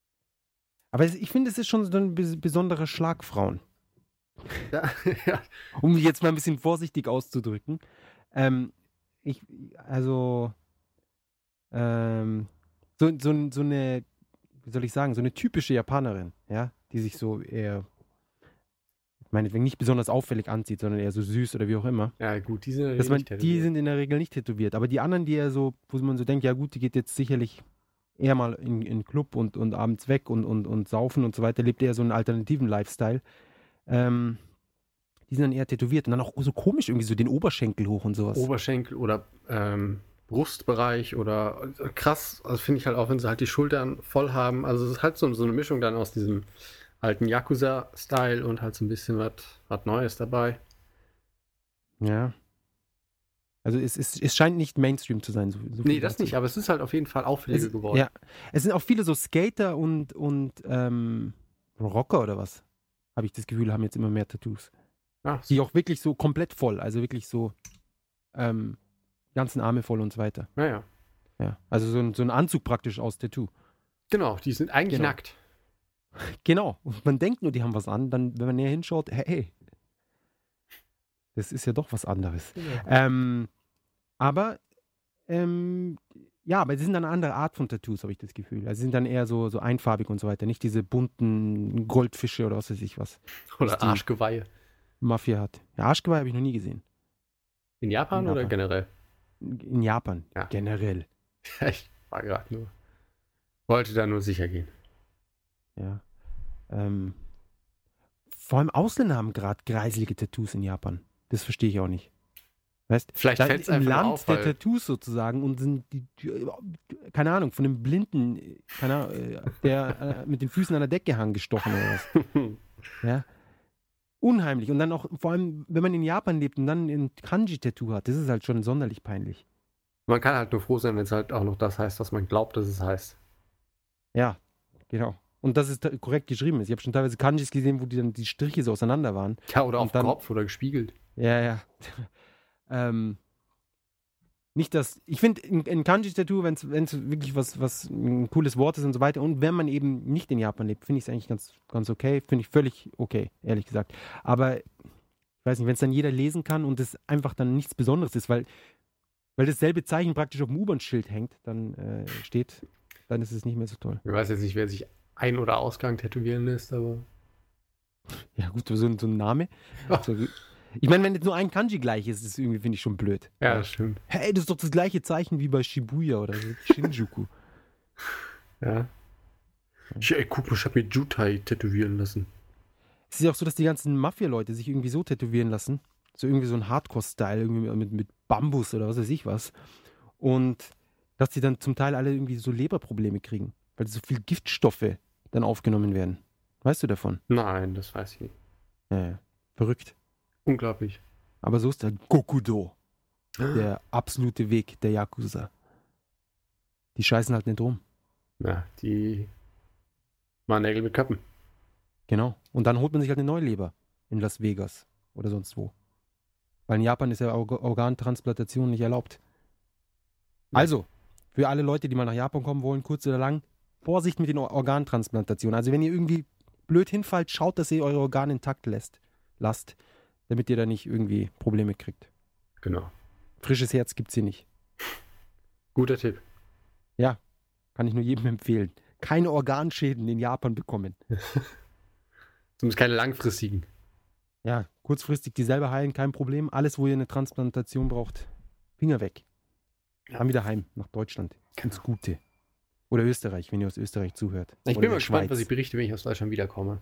Speaker 1: Aber es- ich finde, es ist schon so ein bes- besonderer Schlag Frauen.
Speaker 2: Ja, ja.
Speaker 1: um mich jetzt mal ein bisschen vorsichtig auszudrücken. Ähm, ich, also, ähm, so, so, ein- so eine, wie soll ich sagen, so eine typische Japanerin, ja, die sich so eher, meinetwegen nicht besonders auffällig anzieht, sondern eher so süß oder wie auch immer.
Speaker 2: ja gut, die sind
Speaker 1: Dass
Speaker 2: natürlich
Speaker 1: man,
Speaker 2: nicht
Speaker 1: die
Speaker 2: tätowiert.
Speaker 1: sind in der Regel nicht tätowiert, aber die anderen, die ja so, wo man so denkt, ja gut, die geht jetzt sicherlich eher mal in, in den Club und, und abends weg und, und, und saufen und so weiter, lebt eher so einen alternativen Lifestyle. Ähm, die sind dann eher tätowiert und dann auch so komisch irgendwie so den Oberschenkel hoch und sowas.
Speaker 2: Oberschenkel oder ähm, Brustbereich oder äh, krass, also finde ich halt auch, wenn sie halt die Schultern voll haben. Also es ist halt so, so eine Mischung dann aus diesem alten Yakuza-Style und halt so ein bisschen was Neues dabei.
Speaker 1: ja. Also es, es, es scheint nicht Mainstream zu sein. So, so
Speaker 2: Nee,
Speaker 1: viel
Speaker 2: das
Speaker 1: dazu.
Speaker 2: nicht, aber es ist halt auf jeden Fall auffälliger
Speaker 1: Es,
Speaker 2: geworden.
Speaker 1: ja, es sind auch viele so Skater und, und ähm, Rocker oder was, habe ich das Gefühl, haben jetzt immer mehr Tattoos.
Speaker 2: Ja,
Speaker 1: die auch wirklich so komplett voll, also wirklich so ähm, ganzen Arme voll und so weiter.
Speaker 2: naja.
Speaker 1: Ja. Also so ein, so ein Anzug praktisch aus Tattoo.
Speaker 2: Genau, die sind eigentlich
Speaker 1: Genau.
Speaker 2: nackt.
Speaker 1: Genau. Und man denkt nur, die haben was an, dann, wenn man näher hinschaut, hey, hey. Das ist ja doch was anderes. Ähm, aber ähm, ja, aber sie sind dann eine andere Art von Tattoos, habe ich das Gefühl. Also sie sind dann eher so, so einfarbig und so weiter. Nicht diese bunten Goldfische oder was weiß ich was.
Speaker 2: Oder
Speaker 1: die-
Speaker 2: Arschgeweihe.
Speaker 1: Mafia hat. Ja, Arschgeweih habe ich noch nie gesehen.
Speaker 2: In Japan
Speaker 1: In
Speaker 2: oder
Speaker 1: Japan.
Speaker 2: generell?
Speaker 1: In Japan.
Speaker 2: Ja.
Speaker 1: Generell.
Speaker 2: ich war gerade nur. Wollte da nur sicher gehen.
Speaker 1: Ja. Ähm, vor allem Ausländer haben gerade greiselige Tattoos in Japan. Das verstehe ich auch nicht. Weißt
Speaker 2: Vielleicht
Speaker 1: da
Speaker 2: fällt's
Speaker 1: im
Speaker 2: einfach nur
Speaker 1: Land
Speaker 2: auf,
Speaker 1: der
Speaker 2: weil-
Speaker 1: Tattoos sozusagen und sind die, die keine Ahnung, von einem Blinden, äh, keine Ahnung, äh, der äh, mit den Füßen an der Decke gestochen oder was. Ja. Unheimlich. Und dann auch, vor allem, wenn man in Japan lebt und dann ein Kanji-Tattoo hat, das ist halt schon sonderlich peinlich.
Speaker 2: man kann halt nur froh sein, wenn es halt auch noch das heißt, was man glaubt, dass es heißt.
Speaker 1: Ja, genau. Und dass es ta- korrekt geschrieben ist. Ich habe schon teilweise Kanjis gesehen, wo die dann die Striche so auseinander waren.
Speaker 2: Ja, oder
Speaker 1: Und
Speaker 2: auf
Speaker 1: dann-
Speaker 2: Kopf oder gespiegelt.
Speaker 1: Ja, ja. ähm, nicht das. Ich finde, ein, ein Kanji-Tattoo, wenn es wirklich was, was ein cooles Wort ist und so weiter, und wenn man eben nicht in Japan lebt, finde ich es eigentlich ganz, ganz okay. Finde ich völlig okay, ehrlich gesagt. Aber ich weiß nicht, wenn es dann jeder lesen kann und es einfach dann nichts Besonderes ist, weil, weil dasselbe Zeichen praktisch auf dem U-Bahn-Schild hängt, dann äh, steht, dann ist es nicht mehr so toll.
Speaker 2: Ich weiß jetzt nicht, wer sich ein- oder ausgang tätowieren lässt, aber.
Speaker 1: Ja, gut, so, ein- so ein Name.
Speaker 2: Ja.
Speaker 1: So, ich meine, wenn jetzt nur ein Kanji gleich ist, ist irgendwie, finde ich schon blöd.
Speaker 2: Ja, das stimmt.
Speaker 1: Hey, das ist doch das gleiche Zeichen wie bei Shibuya oder so. Shinjuku.
Speaker 2: Ja. Ich, ey, guck mal, ich hab mir Jutai tätowieren lassen.
Speaker 1: es ist ja auch so, dass die ganzen Mafia-Leute sich irgendwie so tätowieren lassen. So irgendwie so ein Hardcore-Style, irgendwie mit, mit Bambus oder was weiß ich was. Und dass die dann zum Teil alle irgendwie so Leberprobleme kriegen, weil so viel Giftstoffe dann aufgenommen werden. Weißt du davon?
Speaker 2: Nein, das weiß ich nicht.
Speaker 1: Ja, ja. Verrückt.
Speaker 2: Unglaublich.
Speaker 1: Aber so ist der Gokudo. Der absolute Weg der Yakuza. Die scheißen halt nicht rum.
Speaker 2: Na, die. Mal Nägel mit Köppen.
Speaker 1: Genau. Und dann holt man sich halt eine Neuleber in Las Vegas oder sonst wo. Weil in Japan ist ja Org Organtransplantation nicht erlaubt. Also, für alle Leute, die mal nach Japan kommen wollen, kurz oder lang, Vorsicht mit den Or Organtransplantationen. Also, wenn ihr irgendwie blöd hinfallt, schaut, dass ihr eure Organe intakt lässt, lasst, damit ihr da nicht irgendwie Probleme kriegt.
Speaker 2: Genau.
Speaker 1: Frisches Herz gibt's hier nicht.
Speaker 2: Guter Tipp.
Speaker 1: Kann ich nur jedem empfehlen. keine Organschäden in Japan bekommen.
Speaker 2: Zumindest keine langfristigen.
Speaker 1: Ja, kurzfristig die selber heilen, kein Problem. Alles, wo ihr eine Transplantation braucht, Finger weg. Dann wieder heim nach Deutschland. Ganz Gute. Oder Österreich, wenn ihr aus Österreich zuhört.
Speaker 2: Genau. Ich
Speaker 1: Oder
Speaker 2: bin
Speaker 1: der
Speaker 2: mal gespannt, was
Speaker 1: Schweiz.
Speaker 2: ich berichte, wenn ich aus Deutschland wiederkomme.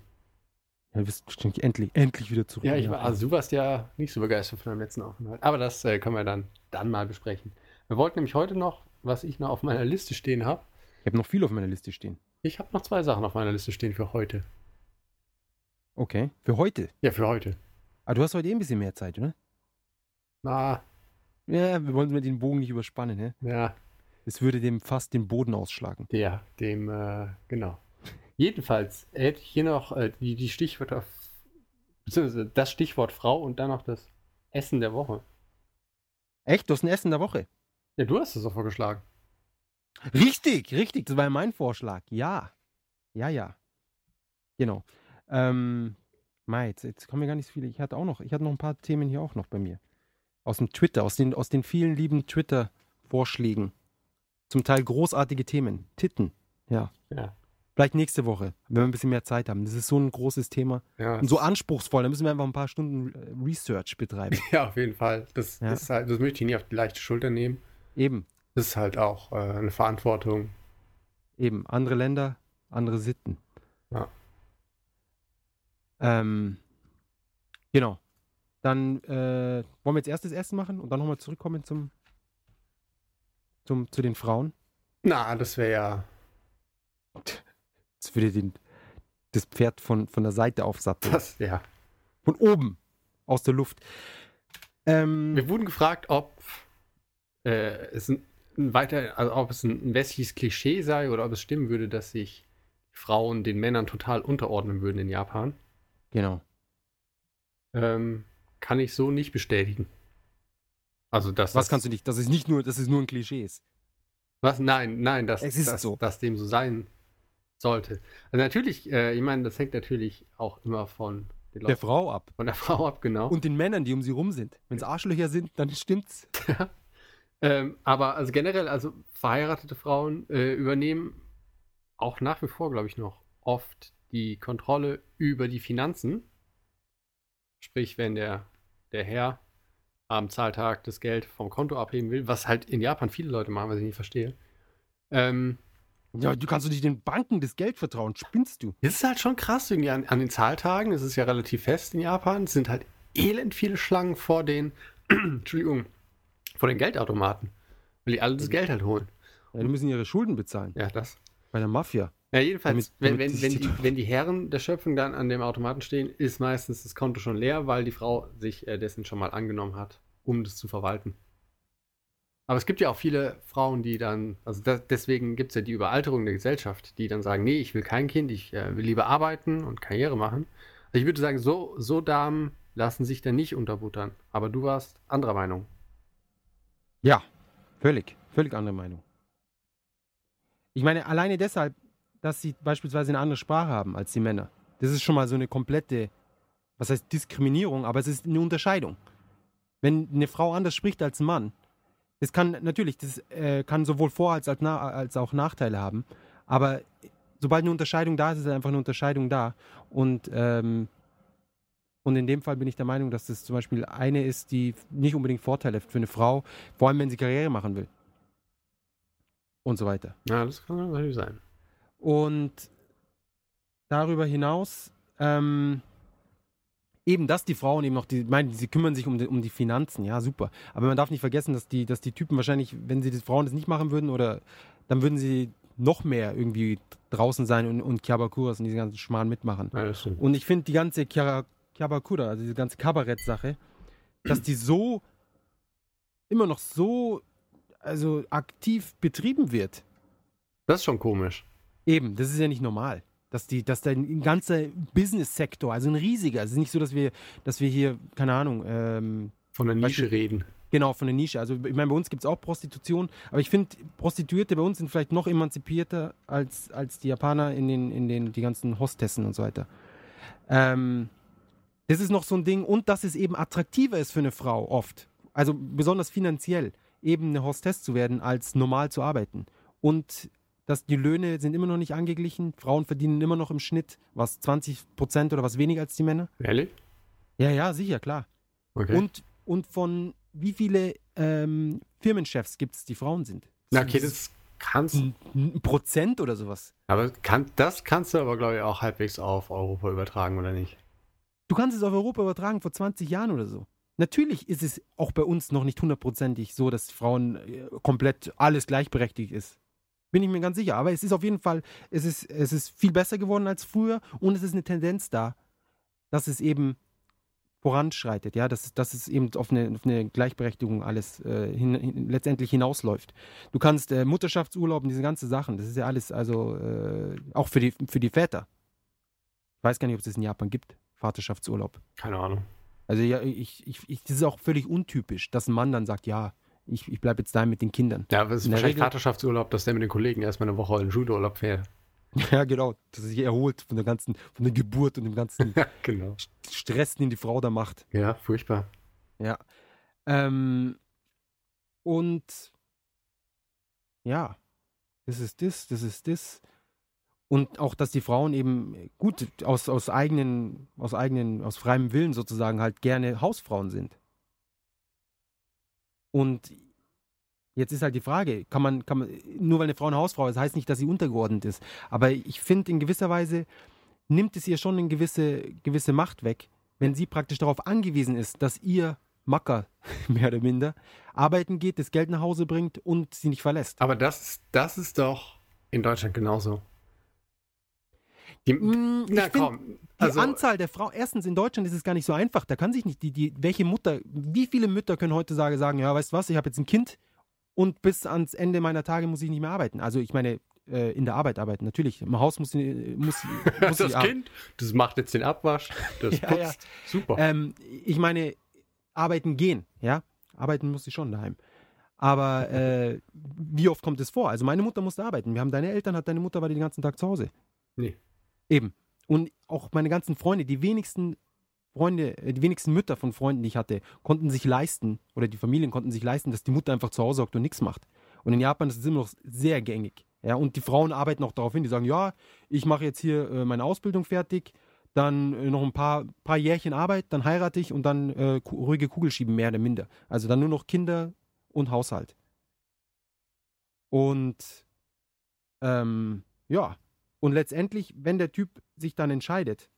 Speaker 1: Ja, du bist bestimmt endlich, endlich wieder zurück.
Speaker 2: Ja,
Speaker 1: in
Speaker 2: ich war,
Speaker 1: Japan.
Speaker 2: also du warst ja nicht so begeistert von deinem letzten Aufenthalt. Aber das äh, können wir dann, dann mal besprechen. Wir wollten nämlich heute noch, was ich noch auf meiner Liste stehen habe.
Speaker 1: Ich habe noch viel auf meiner Liste stehen.
Speaker 2: Ich habe noch zwei Sachen auf meiner Liste stehen für heute.
Speaker 1: Okay. Für heute.
Speaker 2: Ja, für heute.
Speaker 1: Aber du hast heute eh ein bisschen mehr Zeit, oder?
Speaker 2: Na,
Speaker 1: Ja, wir wollen den Bogen nicht überspannen, ne?
Speaker 2: ja,
Speaker 1: Es würde dem fast den Boden ausschlagen.
Speaker 2: der, dem, äh, genau. Jedenfalls hätte ich hier noch äh, die, die Stichwörter, beziehungsweise das Stichwort Frau und dann noch das Essen der Woche.
Speaker 1: Echt? Du hast ein Essen der Woche.
Speaker 2: Ja, du hast es doch vorgeschlagen.
Speaker 1: Richtig, richtig. Das war ja mein Vorschlag. Ja. Ja, ja. Genau. Ähm, Mai, jetzt, jetzt kommen mir gar nicht so viele. Ich hatte auch noch, ich hatte noch ein paar Themen hier auch noch bei mir. Aus dem Twitter, aus den, aus den vielen lieben Twitter-Vorschlägen. Zum Teil großartige Themen. Titten. Ja.
Speaker 2: Ja.
Speaker 1: Vielleicht nächste Woche, wenn wir ein bisschen mehr Zeit haben. Das ist so ein großes Thema.
Speaker 2: Ja,
Speaker 1: Und so anspruchsvoll. Da müssen wir einfach ein paar Stunden äh, Research betreiben.
Speaker 2: ja auf jeden Fall. Das,
Speaker 1: Ja.
Speaker 2: ist halt, das möchte ich nie auf die leichte Schulter nehmen.
Speaker 1: Eben,
Speaker 2: Das ist halt auch äh, eine Verantwortung.
Speaker 1: eben. Andere Länder, andere Sitten.
Speaker 2: Ja.
Speaker 1: Ähm, genau. Dann äh, wollen wir jetzt erst das Essen machen und dann nochmal zurückkommen zum, zum, zu den Frauen.
Speaker 2: Na, das wäre ja.
Speaker 1: Jetzt würde den, das Pferd von, von der Seite aufsatteln.
Speaker 2: Das, ja.
Speaker 1: Von oben, aus der Luft. Ähm,
Speaker 2: Wir wurden gefragt, ob äh, es ein, ein weiter, also ob es ein, ein westliches Klischee sei oder ob es stimmen würde, dass sich Frauen den Männern total unterordnen würden in Japan.
Speaker 1: genau.
Speaker 2: Ähm, kann ich so nicht bestätigen. Also das.
Speaker 1: Was kannst du nicht? Das ist nicht nur, das ist nur ein Klischee. ist.
Speaker 2: Was? Nein, nein, dass
Speaker 1: Es ist
Speaker 2: dass,
Speaker 1: so.
Speaker 2: dass dem so sein sollte. Also natürlich, äh, ich meine, das hängt natürlich auch immer von den
Speaker 1: Der
Speaker 2: Leuten,
Speaker 1: Frau ab.
Speaker 2: von der Frau ab, genau.
Speaker 1: Und den Männern, die um sie rum sind. Wenn es Arschlöcher sind, dann stimmt's.
Speaker 2: Ähm, aber also generell, also verheiratete Frauen äh, übernehmen auch nach wie vor, glaube ich, noch oft die Kontrolle über die Finanzen. Sprich, wenn der, der Herr am Zahltag das Geld vom Konto abheben will, was halt in Japan viele Leute machen, was ich nicht verstehe. Ähm,
Speaker 1: Ja, du kannst doch nicht den Banken das Geld vertrauen. Spinnst du?
Speaker 2: das ist halt schon krass irgendwie an, an den Zahltagen. Es ist ja relativ fest in Japan. Es sind halt elend viele Schlangen vor den, Entschuldigung, vor den Geldautomaten, weil die alle das Geld halt holen.
Speaker 1: Ja, die müssen ihre Schulden bezahlen.
Speaker 2: Ja, das.
Speaker 1: Bei der Mafia.
Speaker 2: Ja, jedenfalls,
Speaker 1: Damit- damit
Speaker 2: wenn,
Speaker 1: sich
Speaker 2: wenn, wenn,
Speaker 1: die-
Speaker 2: die, wenn die Herren der Schöpfung dann an dem Automaten stehen, ist meistens das Konto schon leer, weil die Frau sich äh, dessen schon mal angenommen hat, um das zu verwalten. Aber es gibt ja auch viele Frauen, die dann, also da, deswegen gibt es ja die Überalterung der Gesellschaft, die dann sagen, nee, ich will kein Kind, ich äh, will lieber arbeiten und Karriere machen. Also ich würde sagen, so, so Damen lassen sich dann nicht unterbuttern. Aber du warst anderer Meinung.
Speaker 1: Ja, völlig. Völlig andere Meinung. Ich meine, alleine deshalb, dass sie beispielsweise eine andere Sprache haben als die Männer. Das ist schon mal so eine komplette, was heißt Diskriminierung, aber es ist eine Unterscheidung. Wenn eine Frau anders spricht als ein Mann, das kann natürlich, das äh, kann sowohl Vor- als, als, na, als auch Nachteile haben, aber sobald eine Unterscheidung da ist, ist einfach eine Unterscheidung da. Und, ähm, und in dem Fall bin ich der Meinung, dass das zum Beispiel eine ist, die nicht unbedingt Vorteile für eine Frau, vor allem wenn sie Karriere machen will. Und so weiter.
Speaker 2: Ja, das kann natürlich sein.
Speaker 1: Und darüber hinaus, ähm, eben, dass die Frauen eben noch, die meinen, sie kümmern sich um die, um die Finanzen, ja, super. Aber man darf nicht vergessen, dass die, dass die Typen wahrscheinlich, wenn sie die Frauen das nicht machen würden, oder dann würden sie noch mehr irgendwie draußen sein und, und Kiabakuras und diese ganzen Schmarrn mitmachen.
Speaker 2: Ja, das stimmt.
Speaker 1: Und ich finde die ganze Kiara- Kiabakura, also diese ganze Kabarett-Sache, dass die so immer noch so also aktiv betrieben wird.
Speaker 2: Das ist schon komisch.
Speaker 1: Eben, das ist ja nicht normal. Dass, die, dass da ein ganzer Business-Sektor, also ein riesiger, es ist nicht so, dass wir, dass wir hier, keine Ahnung, ähm,
Speaker 2: Von der
Speaker 1: Weißt du-
Speaker 2: Nische reden.
Speaker 1: Genau, von der Nische. Also ich meine, bei uns gibt es auch Prostitution, aber ich finde, Prostituierte bei uns sind vielleicht noch emanzipierter als, als die Japaner in den, in den die ganzen Hostessen und so weiter. Ähm, das ist noch so ein Ding und dass es eben attraktiver ist für eine Frau oft, also besonders finanziell, eben eine Hostess zu werden, als normal zu arbeiten. Und dass die Löhne sind immer noch nicht angeglichen. Frauen verdienen immer noch im Schnitt was 20 Prozent oder was weniger als die Männer.
Speaker 2: Ehrlich?
Speaker 1: Ja, ja, sicher, klar.
Speaker 2: Okay.
Speaker 1: Und, und von wie viele ähm, Firmenchefs gibt es, die Frauen sind?
Speaker 2: Na, okay, das kannst
Speaker 1: ein, ein Prozent oder sowas.
Speaker 2: aber kann, das kannst du aber, glaube ich, auch halbwegs auf Europa übertragen, oder nicht?
Speaker 1: Du kannst es auf Europa übertragen vor 20 Jahren oder so. Natürlich ist es auch bei uns noch nicht hundertprozentig so, dass Frauen äh, komplett alles gleichberechtigt ist. Bin ich mir ganz sicher. Aber es ist auf jeden Fall, es ist, es ist viel besser geworden als früher und es ist eine Tendenz da, dass es eben voranschreitet, ja, dass, dass es eben auf eine, auf eine Gleichberechtigung alles äh, hin, hin, letztendlich hinausläuft. Du kannst äh, Mutterschaftsurlaub und diese ganzen Sachen, das ist ja alles, also äh, auch für die, für die Väter. Ich weiß gar nicht, ob es das in Japan gibt, Vaterschaftsurlaub.
Speaker 2: Keine Ahnung.
Speaker 1: Also ja, ich, ich, ich, das ist auch völlig untypisch, dass ein Mann dann sagt, ja, ich, ich bleibe jetzt da mit den Kindern.
Speaker 2: Ja, aber es ist
Speaker 1: In der
Speaker 2: wahrscheinlich
Speaker 1: Regel-
Speaker 2: Vaterschaftsurlaub, dass der mit den Kollegen erstmal eine Woche in Judo-Urlaub fährt.
Speaker 1: Ja, genau, dass er sich erholt von der ganzen, von der Geburt und dem ganzen
Speaker 2: genau.
Speaker 1: Stress, den die Frau da macht.
Speaker 2: Ja, furchtbar.
Speaker 1: Ja. Ähm, und ja, das ist das, das ist das. Und auch, dass die Frauen eben äh, gut aus, aus eigenen, aus eigenen, aus freiem Willen sozusagen halt gerne Hausfrauen sind. Und jetzt ist halt die Frage, kann man, kann man, nur weil eine Frau eine Hausfrau ist, heißt nicht, dass sie untergeordnet ist. Aber ich finde, in gewisser Weise nimmt es ihr schon eine gewisse, gewisse Macht weg, wenn sie praktisch darauf angewiesen ist, dass ihr Macker, mehr oder minder, arbeiten geht, das Geld nach Hause bringt und sie nicht verlässt.
Speaker 2: Aber das, ist- das ist doch in Deutschland genauso. Die,
Speaker 1: Mm, ich
Speaker 2: na
Speaker 1: find,
Speaker 2: komm,
Speaker 1: Die
Speaker 2: also
Speaker 1: Anzahl der Frauen, erstens in Deutschland ist es gar nicht so einfach. Da kann sich nicht die, die, welche Mutter, wie viele Mütter können heute sagen, sagen ja, weißt du was, ich habe jetzt ein Kind und bis ans Ende meiner Tage muss ich nicht mehr arbeiten. Also ich meine, äh, in der Arbeit arbeiten, natürlich. Im Haus muss, sie- muss, sie- muss
Speaker 2: das
Speaker 1: sie arbeiten.
Speaker 2: Kind, das macht jetzt den Abwasch, das
Speaker 1: Ja,
Speaker 2: putzt,
Speaker 1: ja.
Speaker 2: super.
Speaker 1: Ähm, ich meine, arbeiten gehen, ja. Arbeiten muss ich schon daheim. Aber äh, wie oft kommt es vor? Also meine Mutter musste arbeiten. Wir haben deine Eltern, hat deine Mutter war den ganzen Tag zu Hause.
Speaker 2: Nee.
Speaker 1: Eben. Und auch meine ganzen Freunde, die wenigsten Freunde, äh, die wenigsten Mütter von Freunden, die ich hatte, konnten sich leisten, oder die Familien konnten sich leisten, dass die Mutter einfach zu Hause hockt und nichts macht. Und in Japan ist es immer noch sehr gängig. Ja, und die Frauen arbeiten auch darauf hin, die sagen, ja, ich mache jetzt hier äh, meine Ausbildung fertig, dann äh, noch ein paar, paar Jährchen Arbeit, dann heirate ich und dann äh, ku- ruhige Kugel schieben, mehr oder minder. Also dann nur noch Kinder und Haushalt. Und ähm, ja, und letztendlich, wenn der Typ sich dann entscheidet,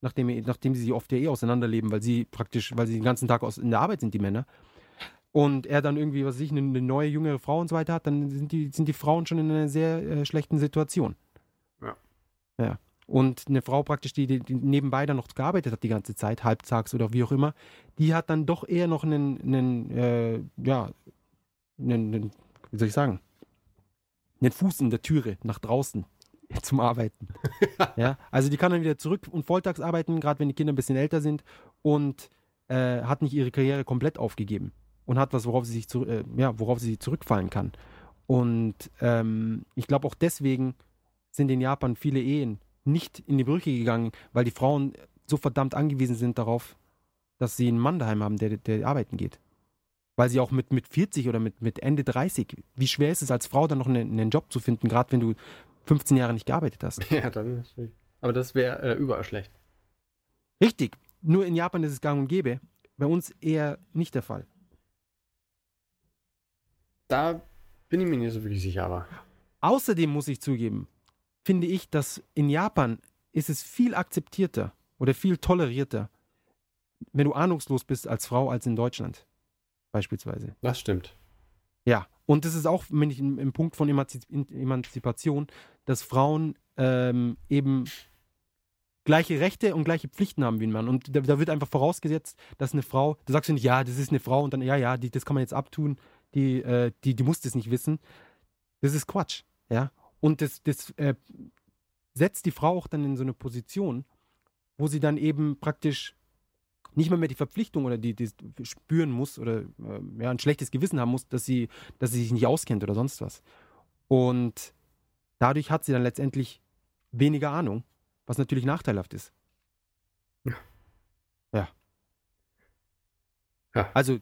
Speaker 1: nachdem, er- nachdem sie sich oft ja eh auseinanderleben, weil sie praktisch, weil sie den ganzen Tag aus, in der Arbeit sind, die Männer, und er dann irgendwie, was weiß ich, eine, eine neue, jüngere Frau und so weiter hat, dann sind die, sind die Frauen schon in einer sehr äh, schlechten Situation.
Speaker 2: Ja.
Speaker 1: Ja. Und eine Frau praktisch, die, die die nebenbei dann noch gearbeitet hat die ganze Zeit, halbtags oder wie auch immer, die hat dann doch eher noch einen, einen äh, ja, einen, einen, wie soll ich sagen, einen Fuß in der Türe nach draußen zum Arbeiten. ja, also die kann dann wieder zurück und volltags arbeiten, gerade wenn die Kinder ein bisschen älter sind und äh, hat nicht ihre Karriere komplett aufgegeben und hat was, worauf sie sich zu, äh, ja, worauf sie zurückfallen kann. Und ähm, ich glaube auch deswegen sind in Japan viele Ehen nicht in die Brüche gegangen, weil die Frauen so verdammt angewiesen sind darauf, dass sie einen Mann daheim haben, der, der arbeiten geht. Weil sie auch mit, mit 40 oder mit, mit Ende 30, wie schwer ist es als Frau dann noch einen, einen Job zu finden, gerade wenn du 15 Jahre nicht gearbeitet hast.
Speaker 2: ja, dann ist schlecht. Aber das wäre äh, überall schlecht.
Speaker 1: Richtig. Nur in Japan ist es gang und gäbe. Bei uns eher nicht der Fall.
Speaker 2: Da bin ich mir nicht so wirklich sicher, aber
Speaker 1: Außerdem muss ich zugeben, finde ich, dass in Japan ist es viel akzeptierter oder viel tolerierter, wenn du ahnungslos bist als Frau, als in Deutschland. Beispielsweise.
Speaker 2: das stimmt.
Speaker 1: Ja, und das ist auch, wenn ich im, im Punkt von Emanzi- In- Emanzipation, dass Frauen ähm, eben gleiche Rechte und gleiche Pflichten haben wie ein Mann. Und da, da wird einfach vorausgesetzt, dass eine Frau, da sagst du nicht, ja, das ist eine Frau und dann, ja, ja, die, das kann man jetzt abtun, die, äh, die, die muss das nicht wissen. Das ist Quatsch, ja. Und das, das äh, setzt die Frau auch dann in so eine Position, wo sie dann eben praktisch nicht mal mehr die Verpflichtung oder die, die spüren muss oder ähm, ja, ein schlechtes Gewissen haben muss, dass sie, dass sie sich nicht auskennt oder sonst was. Und dadurch hat sie dann letztendlich weniger Ahnung, was natürlich nachteilhaft ist.
Speaker 2: Ja.
Speaker 1: Ja.
Speaker 2: Ja.
Speaker 1: Also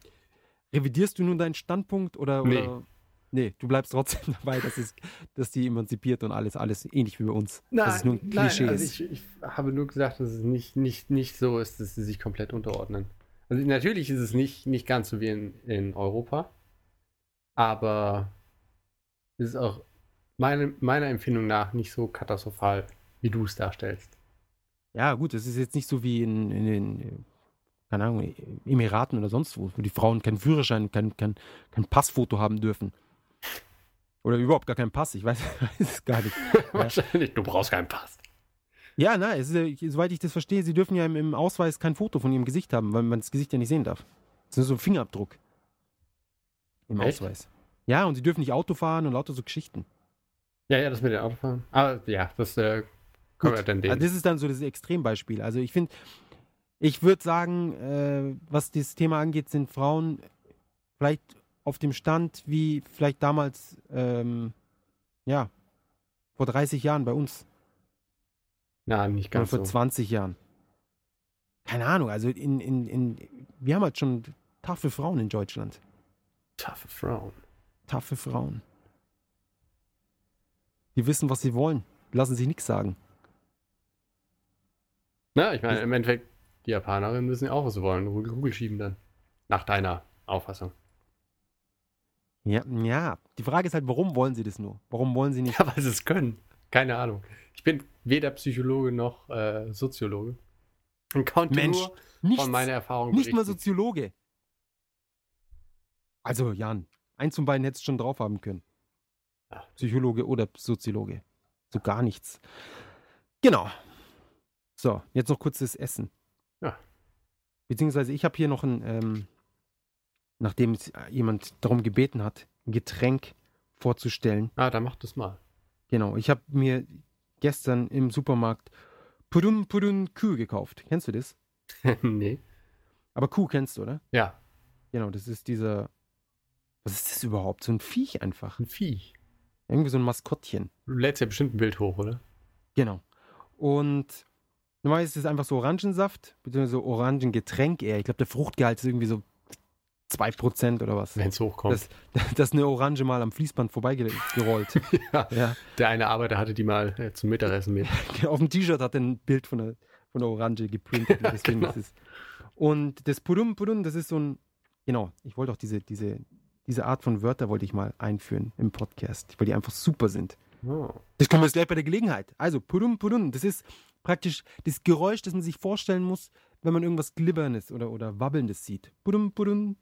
Speaker 1: revidierst du nun deinen Standpunkt oder,
Speaker 2: Nee.
Speaker 1: oder Nee, du bleibst trotzdem dabei, dass, es, dass die emanzipiert und alles, alles ähnlich wie bei uns.
Speaker 2: Nein,
Speaker 1: dass es nur ein
Speaker 2: nein,
Speaker 1: Klischee
Speaker 2: also
Speaker 1: ist.
Speaker 2: ich, ich habe nur gesagt, dass es nicht, nicht, nicht so ist, dass sie sich komplett unterordnen. Also natürlich ist es nicht, nicht ganz so wie in, in Europa, aber es ist auch meine, meiner Empfindung nach nicht so katastrophal, wie du es darstellst.
Speaker 1: Ja, gut, es ist jetzt nicht so wie in, in den, äh, keine Ahnung, Emiraten oder sonst wo, wo die Frauen keinen Führerschein, kein, kein, kein Passfoto haben dürfen. Oder überhaupt gar keinen Pass, ich weiß, weiß es gar nicht.
Speaker 2: Wahrscheinlich, du brauchst keinen Pass.
Speaker 1: Ja, nein, es ist, ja- soweit ich das verstehe, sie dürfen ja im, im Ausweis kein Foto von ihrem Gesicht haben, weil man das Gesicht ja nicht sehen darf. Das ist nur so ein Fingerabdruck. Im
Speaker 2: Echt?
Speaker 1: Ausweis. Ja, und sie dürfen nicht Auto fahren und lauter so Geschichten.
Speaker 2: Ja, ja, das mit dem Autofahren. Aber ja, das äh, können wir dann
Speaker 1: Also
Speaker 2: den.
Speaker 1: das ist dann so das Extrembeispiel. Also ich finde, ich würde sagen, äh, was dieses Thema angeht, sind Frauen vielleicht auf dem Stand wie vielleicht damals, ähm, ja, vor 30 Jahren bei uns.
Speaker 2: Na, nicht
Speaker 1: Oder
Speaker 2: ganz
Speaker 1: vor
Speaker 2: so.
Speaker 1: 20 Jahren. Keine Ahnung, also in, in, in, wir haben halt schon taffe Frauen in Deutschland.
Speaker 2: Taffe Frauen.
Speaker 1: Taffe Frauen. Die wissen, was sie wollen. Lassen sich nichts sagen.
Speaker 2: Na, ich meine, im Endeffekt, die Japanerinnen müssen ja auch, was sie wollen. Kugel Kugel schieben dann. Nach deiner Auffassung.
Speaker 1: Ja, ja, die Frage ist halt, warum wollen sie das nur? Warum wollen sie nicht?
Speaker 2: Ja, weil sie es können. Keine Ahnung. Ich bin weder Psychologe noch äh, Soziologe. Und konnte
Speaker 1: Mensch,
Speaker 2: nur
Speaker 1: Nichts,
Speaker 2: von meiner Erfahrung
Speaker 1: nicht mal
Speaker 2: berichten.
Speaker 1: Soziologe. Also, Jan, eins von beiden hättest du schon drauf haben können.
Speaker 2: Ach.
Speaker 1: Psychologe oder Soziologe. So gar nichts. Genau. So, jetzt noch kurz das Essen.
Speaker 2: Ja.
Speaker 1: Beziehungsweise ich habe hier noch ein, ähm, nachdem es äh, jemand darum gebeten hat, ein Getränk vorzustellen.
Speaker 2: Ah, dann mach das mal.
Speaker 1: Genau, ich habe mir gestern im Supermarkt Pudum Pudum Kuh gekauft. Kennst du das?
Speaker 2: nee.
Speaker 1: Aber Kuh kennst du, oder?
Speaker 2: Ja,
Speaker 1: Genau, das ist dieser. Was ist das überhaupt? So ein Viech einfach.
Speaker 2: ein Vieh.
Speaker 1: Irgendwie so ein Maskottchen.
Speaker 2: Du lädst ja bestimmt ein Bild hoch, oder?
Speaker 1: Genau. Und normal ist es einfach so Orangensaft, beziehungsweise Orangengetränk eher. Ich glaube, der Fruchtgehalt ist irgendwie so 2% oder was.
Speaker 2: Wenn es hochkommt.
Speaker 1: Dass, dass eine Orange mal am Fließband vorbeigerollt.
Speaker 2: Ja.
Speaker 1: ja.
Speaker 2: Der eine Arbeiter hatte die mal äh, zum Mittagessen mit.
Speaker 1: Auf dem T-Shirt hat er ein Bild von der, von der Orange geprintet. und deswegen
Speaker 2: genau.
Speaker 1: ist es. Und das Pudum Pudum, das ist so ein. Genau, ich wollte auch diese, diese, diese Art von Wörter wollte ich mal einführen im Podcast, weil die einfach super sind.
Speaker 2: Oh.
Speaker 1: Das kommen wir jetzt gleich bei der Gelegenheit. Also, Pudum Pudum, das ist praktisch das Geräusch, das man sich vorstellen muss, wenn man irgendwas Glibberndes oder, oder Wabbelndes sieht. Pudum Pudum.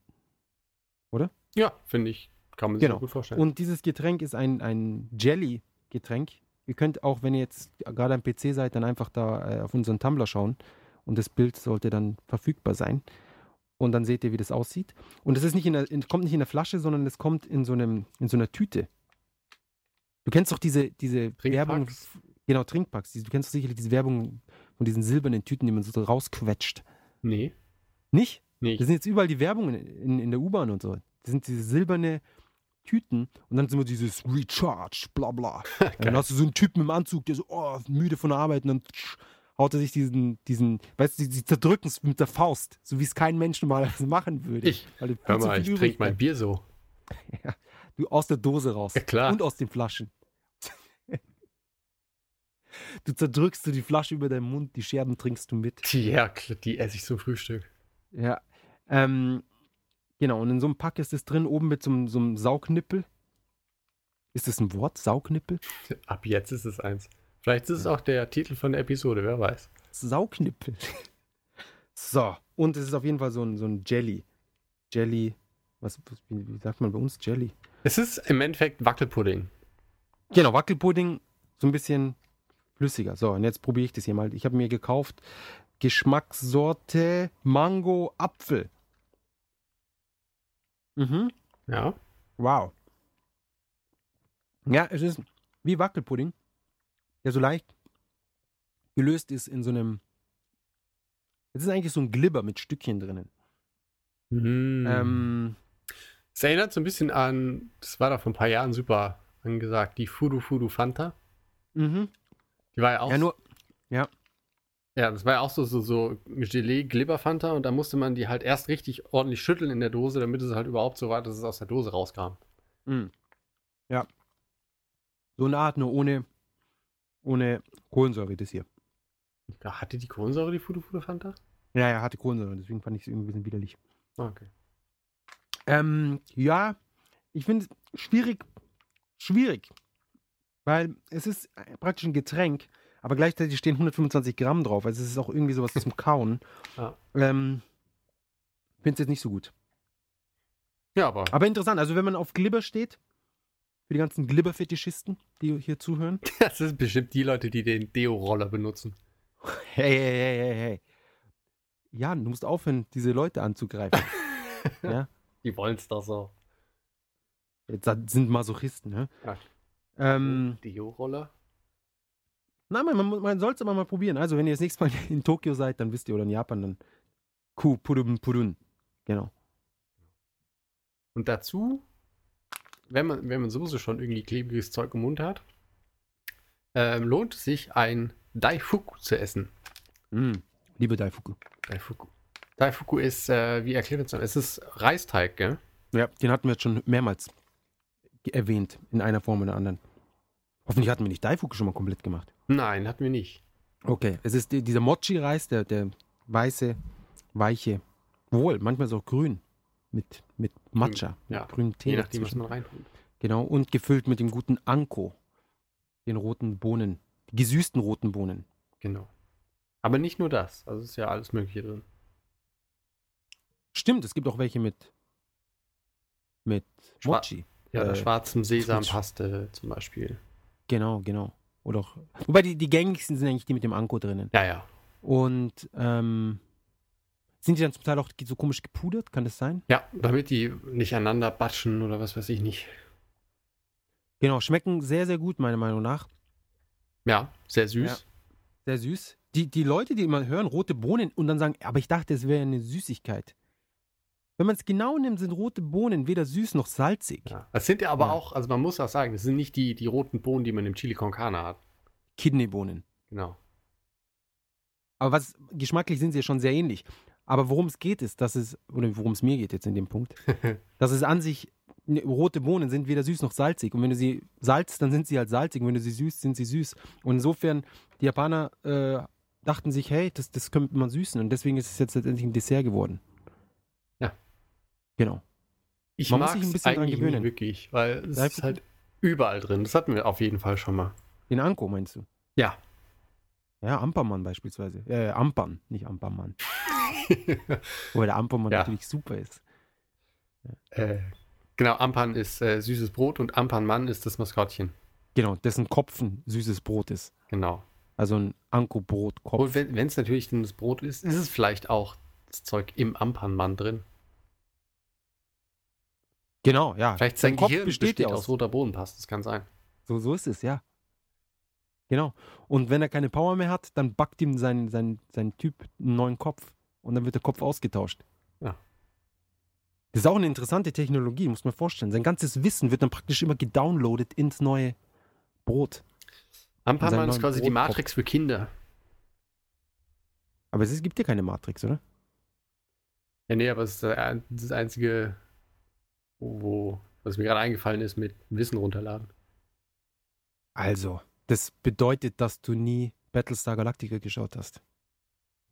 Speaker 2: Ja, finde ich, kann man sich
Speaker 1: Genau.
Speaker 2: auch gut vorstellen.
Speaker 1: Und dieses Getränk ist ein, ein Jelly-Getränk. Ihr könnt auch, wenn ihr jetzt gerade am PC seid, dann einfach da äh, auf unseren Tumblr schauen. Und das Bild sollte dann verfügbar sein. Und dann seht ihr, wie das aussieht. Und es ist nicht in der, in, kommt nicht in der Flasche, sondern es kommt in so, einem, in so einer Tüte. Du kennst doch diese, diese Werbung.
Speaker 2: Trinkpacks.
Speaker 1: Genau, Trinkpacks. Diese- Du kennst doch sicherlich diese Werbung von diesen silbernen Tüten, die man so rausquetscht.
Speaker 2: Nee,
Speaker 1: Nicht?
Speaker 2: nicht.
Speaker 1: Das sind jetzt überall die Werbungen in, in der U-Bahn und so. Das sind diese silberne Tüten und dann sind immer dieses Recharge, bla bla. dann hast du so einen Typen im Anzug, der so, oh, müde von der Arbeit und dann tsch, haut er sich diesen, diesen, weißt du, die, die zerdrücken es mit der Faust, so wie es kein Mensch normalerweise machen würde.
Speaker 2: Ich-
Speaker 1: weil du
Speaker 2: Hör
Speaker 1: viel zu
Speaker 2: mal,
Speaker 1: viel
Speaker 2: ich
Speaker 1: übrig ne?
Speaker 2: trinke mein
Speaker 1: hast.
Speaker 2: Bier so.
Speaker 1: Du aus der Dose raus.
Speaker 2: Ja, klar.
Speaker 1: Und aus den Flaschen. Du zerdrückst du die Flasche über deinen Mund, die Scherben trinkst du mit.
Speaker 2: Ja, klar, die esse ich zum Frühstück.
Speaker 1: Ja. Ähm, genau, und in so einem Pack ist es drin, oben mit so, einem- so einem Saugnippel. Ist das ein Wort? Saugnippel?
Speaker 2: Ab jetzt ist es eins. Vielleicht ist es auch der Titel von der Episode, wer weiß.
Speaker 1: Saugnippel. so, und es ist auf jeden Fall so ein, so ein Jelly. Jelly. Was, was, wie, wie sagt man bei uns Jelly?
Speaker 2: Es ist im Endeffekt Wackelpudding.
Speaker 1: Genau, Wackelpudding, so ein bisschen flüssiger. So, und jetzt probiere ich das hier mal. Ich habe mir gekauft Geschmackssorte Mango Apfel. Mhm.
Speaker 2: Ja.
Speaker 1: Wow. Ja, es ist wie Wackelpudding, der so leicht gelöst ist in so einem. Es ist eigentlich so ein Glibber mit Stückchen drinnen.
Speaker 2: Mm.
Speaker 1: Ähm,
Speaker 2: Es erinnert so ein bisschen an, das war da vor ein paar Jahren super angesagt, die Fudu Fudu Fanta.
Speaker 1: mhm.
Speaker 2: Die war ja auch,
Speaker 1: Ja, nur.
Speaker 2: ja, das war ja auch so, so, so Gelee-Glibber-Fanta und da musste man die halt erst richtig ordentlich schütteln in der Dose, damit es halt überhaupt so war, dass es aus der Dose rauskam.
Speaker 1: mm. Ja. So eine Art, nur ohne, ohne Kohlensäure, das hier.
Speaker 2: Ja, hatte die Kohlensäure die Fudufude Fanta?
Speaker 1: Ja, ja, hatte Kohlensäure, deswegen fand ich es irgendwie ein bisschen widerlich.
Speaker 2: Ah, Okay.
Speaker 1: Ähm, ja, ich finde es schwierig, schwierig, weil es ist praktisch ein Getränk, aber gleichzeitig stehen 125 Gramm drauf, also es ist auch irgendwie sowas zum Kauen.
Speaker 2: Ja.
Speaker 1: Ähm, finde es jetzt nicht so gut.
Speaker 2: Ja, aber
Speaker 1: Aber interessant, also wenn man auf Glibber steht, für die ganzen Glibber-Fetischisten, die hier zuhören.
Speaker 2: das sind bestimmt die Leute, die den Deo-Roller benutzen.
Speaker 1: Hey, hey, hey, hey, hey. Jan, du musst aufhören, diese Leute anzugreifen. ja?
Speaker 2: Die wollen es doch so.
Speaker 1: Jetzt sind Masochisten, ne?
Speaker 2: Ja.
Speaker 1: Ähm,
Speaker 2: Deo-Roller?
Speaker 1: Nein, man, man, man soll es aber mal probieren. Also, wenn ihr das nächste Mal in Tokio seid, dann wisst ihr, oder in Japan, dann Ku Pudum Pudun. Genau.
Speaker 2: Und dazu, wenn man, wenn man sowieso schon irgendwie klebriges Zeug im Mund hat, ähm, lohnt es sich, ein Daifuku zu essen.
Speaker 1: Mm. Liebe Daifuku.
Speaker 2: Daifuku. Daifuku ist, äh, wie erklärt man es? Es ist Reisteig, gell?
Speaker 1: Ja, den hatten wir jetzt schon mehrmals ge- erwähnt, in einer Form oder anderen. Hoffentlich hatten wir nicht Daifuku schon mal komplett gemacht.
Speaker 2: Nein, hatten wir nicht.
Speaker 1: Okay, es ist die- dieser Mochi-Reis, der, der weiße, weiche, wohl, manchmal ist auch grün, mit, mit Matcha,
Speaker 2: ja.
Speaker 1: mit grünem Tee.
Speaker 2: Je nachdem, was
Speaker 1: dazwischen.
Speaker 2: man reintut.
Speaker 1: Genau, und gefüllt mit dem guten Anko, den roten Bohnen, die gesüßten roten Bohnen.
Speaker 2: Genau. Aber nicht nur das. Also ist ja alles Mögliche drin.
Speaker 1: Stimmt, es gibt auch welche mit mit
Speaker 2: Schwa-
Speaker 1: Mochi.
Speaker 2: Ja,
Speaker 1: Äh,
Speaker 2: schwarzem Sesampaste zum Beispiel.
Speaker 1: Genau, genau. Oder auch, wobei die, die gängigsten sind eigentlich die mit dem Anko drinnen.
Speaker 2: Ja, ja.
Speaker 1: Und ähm, sind die dann zum Teil auch so komisch gepudert? Kann das sein?
Speaker 2: Ja, damit die nicht einander batschen oder was weiß ich nicht.
Speaker 1: Genau, schmecken sehr, sehr gut, meiner Meinung nach.
Speaker 2: Ja, sehr süß.
Speaker 1: Sehr süß. Die, die Leute, die immer hören, rote Bohnen und dann sagen, aber ich dachte, es wäre eine Süßigkeit. Wenn man es genau nimmt, sind rote Bohnen weder süß noch salzig.
Speaker 2: Ja. Das sind ja aber
Speaker 1: Ja.
Speaker 2: auch, also man muss auch sagen, das sind nicht die, die roten Bohnen, die man im Chili con Carne hat.
Speaker 1: Kidneybohnen.
Speaker 2: Genau.
Speaker 1: Aber was, geschmacklich sind sie ja schon sehr ähnlich. Aber worum es geht, ist, dass es, oder worum es mir geht jetzt in dem Punkt, dass es an sich ne, rote Bohnen sind weder süß noch salzig. Und wenn du sie salzt, dann sind sie halt salzig. Und wenn du sie süßt, sind sie süß. Und insofern, die Japaner äh, dachten sich, hey, das, das könnte man süßen. Und deswegen ist es jetzt letztendlich ein Dessert geworden.
Speaker 2: Ja.
Speaker 1: Genau.
Speaker 2: Ich
Speaker 1: Man muss
Speaker 2: mag
Speaker 1: sich ein
Speaker 2: es
Speaker 1: bisschen dran
Speaker 2: eigentlich
Speaker 1: gewöhnen.
Speaker 2: nicht wirklich, weil es
Speaker 1: Bleib-
Speaker 2: ist halt überall drin. Das hatten wir auf jeden Fall schon mal.
Speaker 1: Den Anko meinst du?
Speaker 2: Ja.
Speaker 1: Ja, Ampermann beispielsweise. Äh, Ampermann, nicht Ampermann. Wobei der Ampermann
Speaker 2: Ja.
Speaker 1: natürlich super ist.
Speaker 2: Äh, genau, Ampan ist äh, süßes Brot und Ampanmann ist das Maskottchen.
Speaker 1: Genau, dessen Kopfen süßes Brot ist.
Speaker 2: Genau.
Speaker 1: Also ein
Speaker 2: Und
Speaker 1: Anko-Brotkopf.
Speaker 2: wenn es natürlich denn das Brot ist, ist es vielleicht auch das Zeug im Ampanmann drin.
Speaker 1: Genau, ja.
Speaker 2: Vielleicht
Speaker 1: Sein
Speaker 2: sein
Speaker 1: Kopf
Speaker 2: Gehirn
Speaker 1: besteht
Speaker 2: besteht,
Speaker 1: ja
Speaker 2: aus.
Speaker 1: aus-
Speaker 2: roter Bohnenpaste, das kann sein.
Speaker 1: So, so ist es, ja. Genau. Und wenn er keine Power mehr hat, dann backt ihm sein, sein, sein Typ einen neuen Kopf. Und dann wird der Kopf ausgetauscht.
Speaker 2: Ja.
Speaker 1: Das ist auch eine interessante Technologie, muss man vorstellen. Sein ganzes Wissen wird dann praktisch immer gedownloadet ins neue Brot.
Speaker 2: Ampanmann
Speaker 1: Seinen
Speaker 2: ist
Speaker 1: neuen
Speaker 2: quasi die
Speaker 1: Brotkopf.
Speaker 2: Matrix für Kinder.
Speaker 1: Aber es ist- gibt ja keine Matrix, oder?
Speaker 2: Ja, nee, aber es ist äh, das einzige, wo, was mir gerade eingefallen ist, mit Wissen runterladen.
Speaker 1: Also, das bedeutet, dass du nie Battlestar Galactica geschaut hast.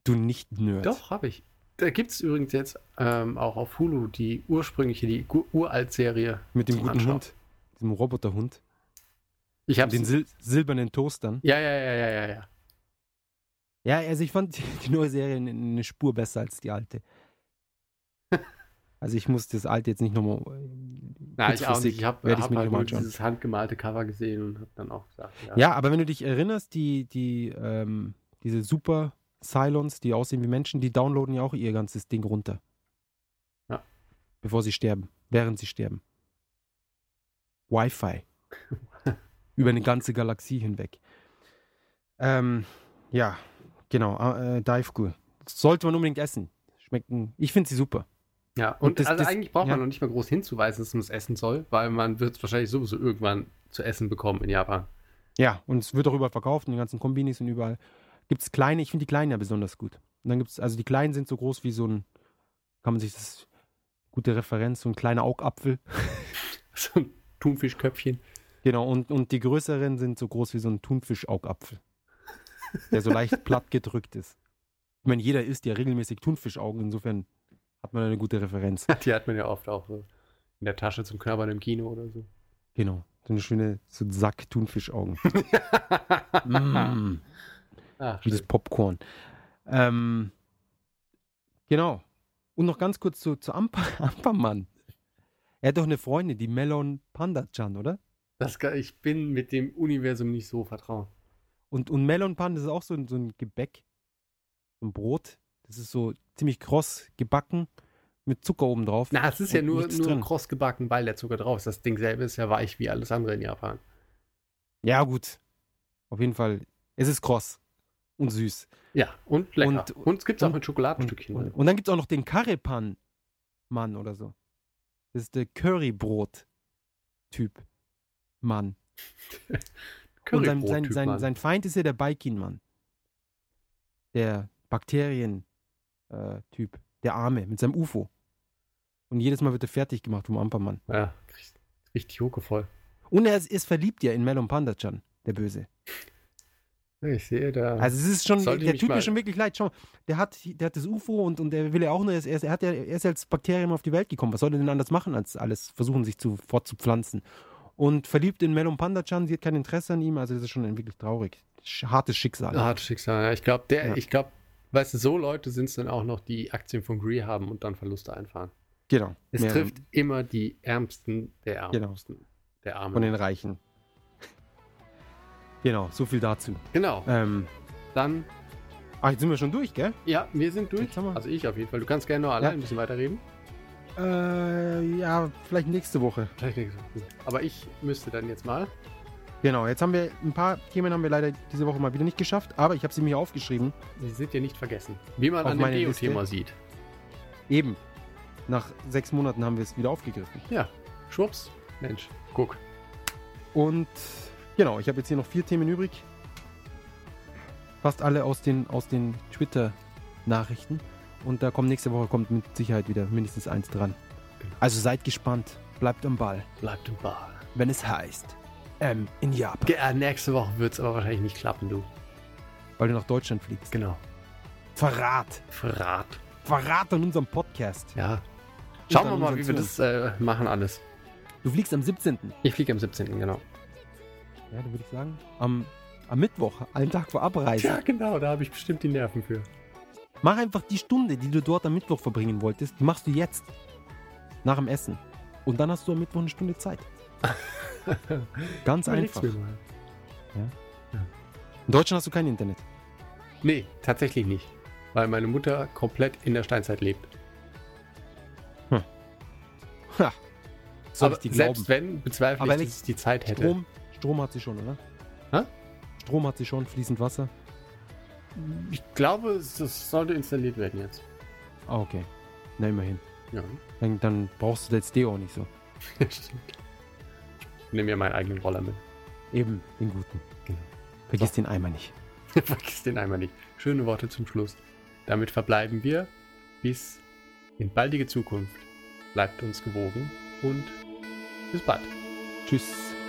Speaker 1: Du Nicht-Nerd.
Speaker 2: Doch, habe ich. Da gibt es übrigens jetzt ähm, auch auf Hulu die ursprüngliche, die Ur Uralt-Serie.
Speaker 1: Mit dem
Speaker 2: zum
Speaker 1: guten
Speaker 2: Anschauen.
Speaker 1: Hund. Diesem Roboterhund.
Speaker 2: Ich habe
Speaker 1: den sil silbernen Toastern.
Speaker 2: Ja, ja, ja, ja, ja, ja.
Speaker 1: Ja, also ich fand die neue Serie eine- eine Spur besser als die alte. Also ich muss das alte jetzt nicht äh, nochmal.
Speaker 2: Na, ich auch nicht. Ich habe
Speaker 1: Werde
Speaker 2: hab
Speaker 1: ich mir
Speaker 2: halt
Speaker 1: noch mal
Speaker 2: nur
Speaker 1: anschauen.
Speaker 2: dieses handgemalte Cover gesehen und habe dann auch gesagt, ja.
Speaker 1: Ja, aber wenn du dich erinnerst, die, die, ähm, diese Super Cylons, die aussehen wie Menschen, die downloaden ja auch ihr ganzes Ding runter.
Speaker 2: Ja.
Speaker 1: Bevor sie sterben. Während sie sterben. Wi-Fi. Über eine ganze Galaxie hinweg. Ähm, ja, genau. ah, Äh, Dive Cool. Sollte man unbedingt essen. Schmecken. Ich finde sie super.
Speaker 2: Ja, und,
Speaker 1: Und das-
Speaker 2: also
Speaker 1: das-
Speaker 2: eigentlich braucht man
Speaker 1: ja.
Speaker 2: noch nicht mal groß hinzuweisen, dass man es essen soll, weil man wird es wahrscheinlich sowieso irgendwann zu essen bekommen in Japan.
Speaker 1: Ja, und es wird auch überall verkauft, in den ganzen Kombinis und überall. Gibt es kleine, ich finde die kleinen ja besonders gut. Und dann gibt es, also die kleinen sind so groß wie so ein, kann man sich das, gute Referenz, so ein kleiner Augapfel.
Speaker 2: So ein Thunfischköpfchen.
Speaker 1: Genau, und, und die größeren sind so groß wie so ein Thunfisch-Augapfel, der so leicht platt gedrückt ist. Ich meine, jeder isst ja regelmäßig Thunfischaugen, insofern hat man eine gute Referenz.
Speaker 2: Die hat man ja oft auch so in der Tasche zum Knabbern im Kino oder so.
Speaker 1: Genau, so eine schöne so Sack Thunfischaugen. mm,
Speaker 2: Ach,
Speaker 1: wie das
Speaker 2: schön.
Speaker 1: Popcorn. Ähm, genau. Und noch ganz kurz zu, zu Ampa, Ampermann. Er hat doch eine Freundin, die Melon Panda-chan, oder?
Speaker 2: das, ga- ich bin mit dem Universum nicht so vertraut.
Speaker 1: Und, und Melon Pan, das ist auch so ein, so ein Gebäck, so ein Brot. Das ist so ziemlich kross gebacken mit Zucker oben drauf.
Speaker 2: Na, es ist ja
Speaker 1: Und
Speaker 2: nur,
Speaker 1: nichts
Speaker 2: nur
Speaker 1: drin.
Speaker 2: kross gebacken, weil der Zucker drauf ist. Das Ding selber ist ja weich wie alles andere in Japan.
Speaker 1: Ja, gut. Auf jeden Fall. Es ist kross und süß.
Speaker 2: Ja, und lecker.
Speaker 1: Und-
Speaker 2: Und es gibt es auch
Speaker 1: und-
Speaker 2: mit
Speaker 1: Und,
Speaker 2: Schokoladenstückchen. ne?
Speaker 1: und, und dann gibt es auch noch den Currypan Mann oder so. Das ist der Currybrot-Typ. Mann. Und sein, sein,
Speaker 2: Currybrot-Typ,
Speaker 1: sein,
Speaker 2: Mann.
Speaker 1: sein Feind ist ja der Baikin-Mann. Der Bakterien-Typ. der Arme mit seinem UFO. Und jedes Mal wird er fertig gemacht vom Ampermann.
Speaker 2: Ja, kriegt- richtig hochgevoll.
Speaker 1: Und er ist, ist verliebt ja in Melon Pandachan, der Böse.
Speaker 2: Ich sehe da.
Speaker 1: Also es ist schon,
Speaker 2: Sollte
Speaker 1: der
Speaker 2: mich
Speaker 1: tut
Speaker 2: mal-
Speaker 1: mir schon wirklich leid. Schau mal, der hat, der hat das UFO und, und der will ja auch nur, er, ist- er, ist- er, hat ja, er ist ja als Bakterium auf die Welt gekommen. Was soll er denn anders machen, als alles versuchen, sich zu, fortzupflanzen? Und verliebt in Melon Pandachan, sie hat kein Interesse an ihm, also das ist schon wirklich traurig. Sch- Hartes Schicksal.
Speaker 2: Hartes Schicksal. Ja, ich glaube, der,
Speaker 1: Ja.
Speaker 2: ich glaube, weißt du, so Leute sind es dann auch noch, die Aktien von Gree haben und dann Verluste einfahren.
Speaker 1: Genau.
Speaker 2: Es
Speaker 1: Mehr
Speaker 2: trifft immer die Ärmsten der
Speaker 1: Genau.
Speaker 2: Ärmsten. Der Armen.
Speaker 1: Von den Reichen. Genau, so viel dazu.
Speaker 2: genau.
Speaker 1: Ähm,
Speaker 2: Dann,
Speaker 1: ach, jetzt sind wir schon durch, gell?
Speaker 2: ja, wir sind durch.
Speaker 1: Jetzt haben wir-
Speaker 2: Also ich auf jeden Fall. Du kannst gerne noch allein ein bisschen weiterreden.
Speaker 1: Äh, ja, vielleicht nächste Woche.
Speaker 2: Vielleicht nicht so. Aber ich müsste dann jetzt mal.
Speaker 1: Genau, jetzt haben wir ein paar Themen haben wir leider diese Woche mal wieder nicht geschafft, aber ich habe sie mir aufgeschrieben.
Speaker 2: Sie sind ja nicht vergessen. Wie man
Speaker 1: Auf
Speaker 2: an dem
Speaker 1: meine
Speaker 2: Deo-Thema sieht.
Speaker 1: Eben. Nach sechs Monaten haben wir es wieder aufgegriffen.
Speaker 2: Ja. Schwupps. Mensch, guck.
Speaker 1: Und genau, ich habe jetzt hier noch vier Themen übrig. Fast alle aus den, aus den Twitter-Nachrichten. Und da kommt nächste Woche kommt mit Sicherheit wieder mindestens eins dran. Also seid gespannt, bleibt am Ball.
Speaker 2: Bleibt im Ball.
Speaker 1: wenn es heißt M in Japan.
Speaker 2: Ge- äh, Nächste Woche wird es aber wahrscheinlich nicht klappen, du.
Speaker 1: Weil du nach Deutschland fliegst.
Speaker 2: Genau.
Speaker 1: Verrat.
Speaker 2: Verrat.
Speaker 1: Verrat an unserem Podcast.
Speaker 2: Ja. Schauen wir
Speaker 1: an
Speaker 2: mal, wie wir
Speaker 1: unseren
Speaker 2: das äh, machen alles.
Speaker 1: Du fliegst am 17.
Speaker 2: Ich fliege am 17. genau.
Speaker 1: Ja, dann würde ich sagen, am, am Mittwoch, einen Tag vor Abreise.
Speaker 2: genau, da habe ich bestimmt die Nerven für.
Speaker 1: Mach einfach die Stunde, die du dort am Mittwoch verbringen wolltest, die machst du jetzt. Nach dem Essen. Und dann hast du am Mittwoch eine Stunde Zeit. Ganz einfach. In
Speaker 2: mal.
Speaker 1: Deutschland hast du kein Internet.
Speaker 2: Nee, tatsächlich nicht. Weil meine Mutter komplett in der Steinzeit lebt.
Speaker 1: Ha. Soll
Speaker 2: aber
Speaker 1: ich dir glauben?
Speaker 2: selbst wenn, bezweifle
Speaker 1: Aber
Speaker 2: ich,
Speaker 1: Alex,
Speaker 2: dass ich die Zeit hätte.
Speaker 1: Strom, Strom hat sie schon, oder?
Speaker 2: Hä?
Speaker 1: Strom hat sie schon, fließend Wasser.
Speaker 2: Ich glaube, es- das sollte installiert werden jetzt.
Speaker 1: Ah, okay. Na, immerhin.
Speaker 2: Ja,
Speaker 1: Dann, dann brauchst du jetzt Deo nicht so.
Speaker 2: stimmt. Ich nehme mir meinen eigenen Roller mit.
Speaker 1: Eben, den guten.
Speaker 2: Genau.
Speaker 1: Vergiss den Eimer nicht.
Speaker 2: Vergiss den einmal nicht. Schöne Worte zum Schluss. Damit verbleiben wir bis in baldige Zukunft. Bleibt uns gewogen und bis bald.
Speaker 1: Tschüss.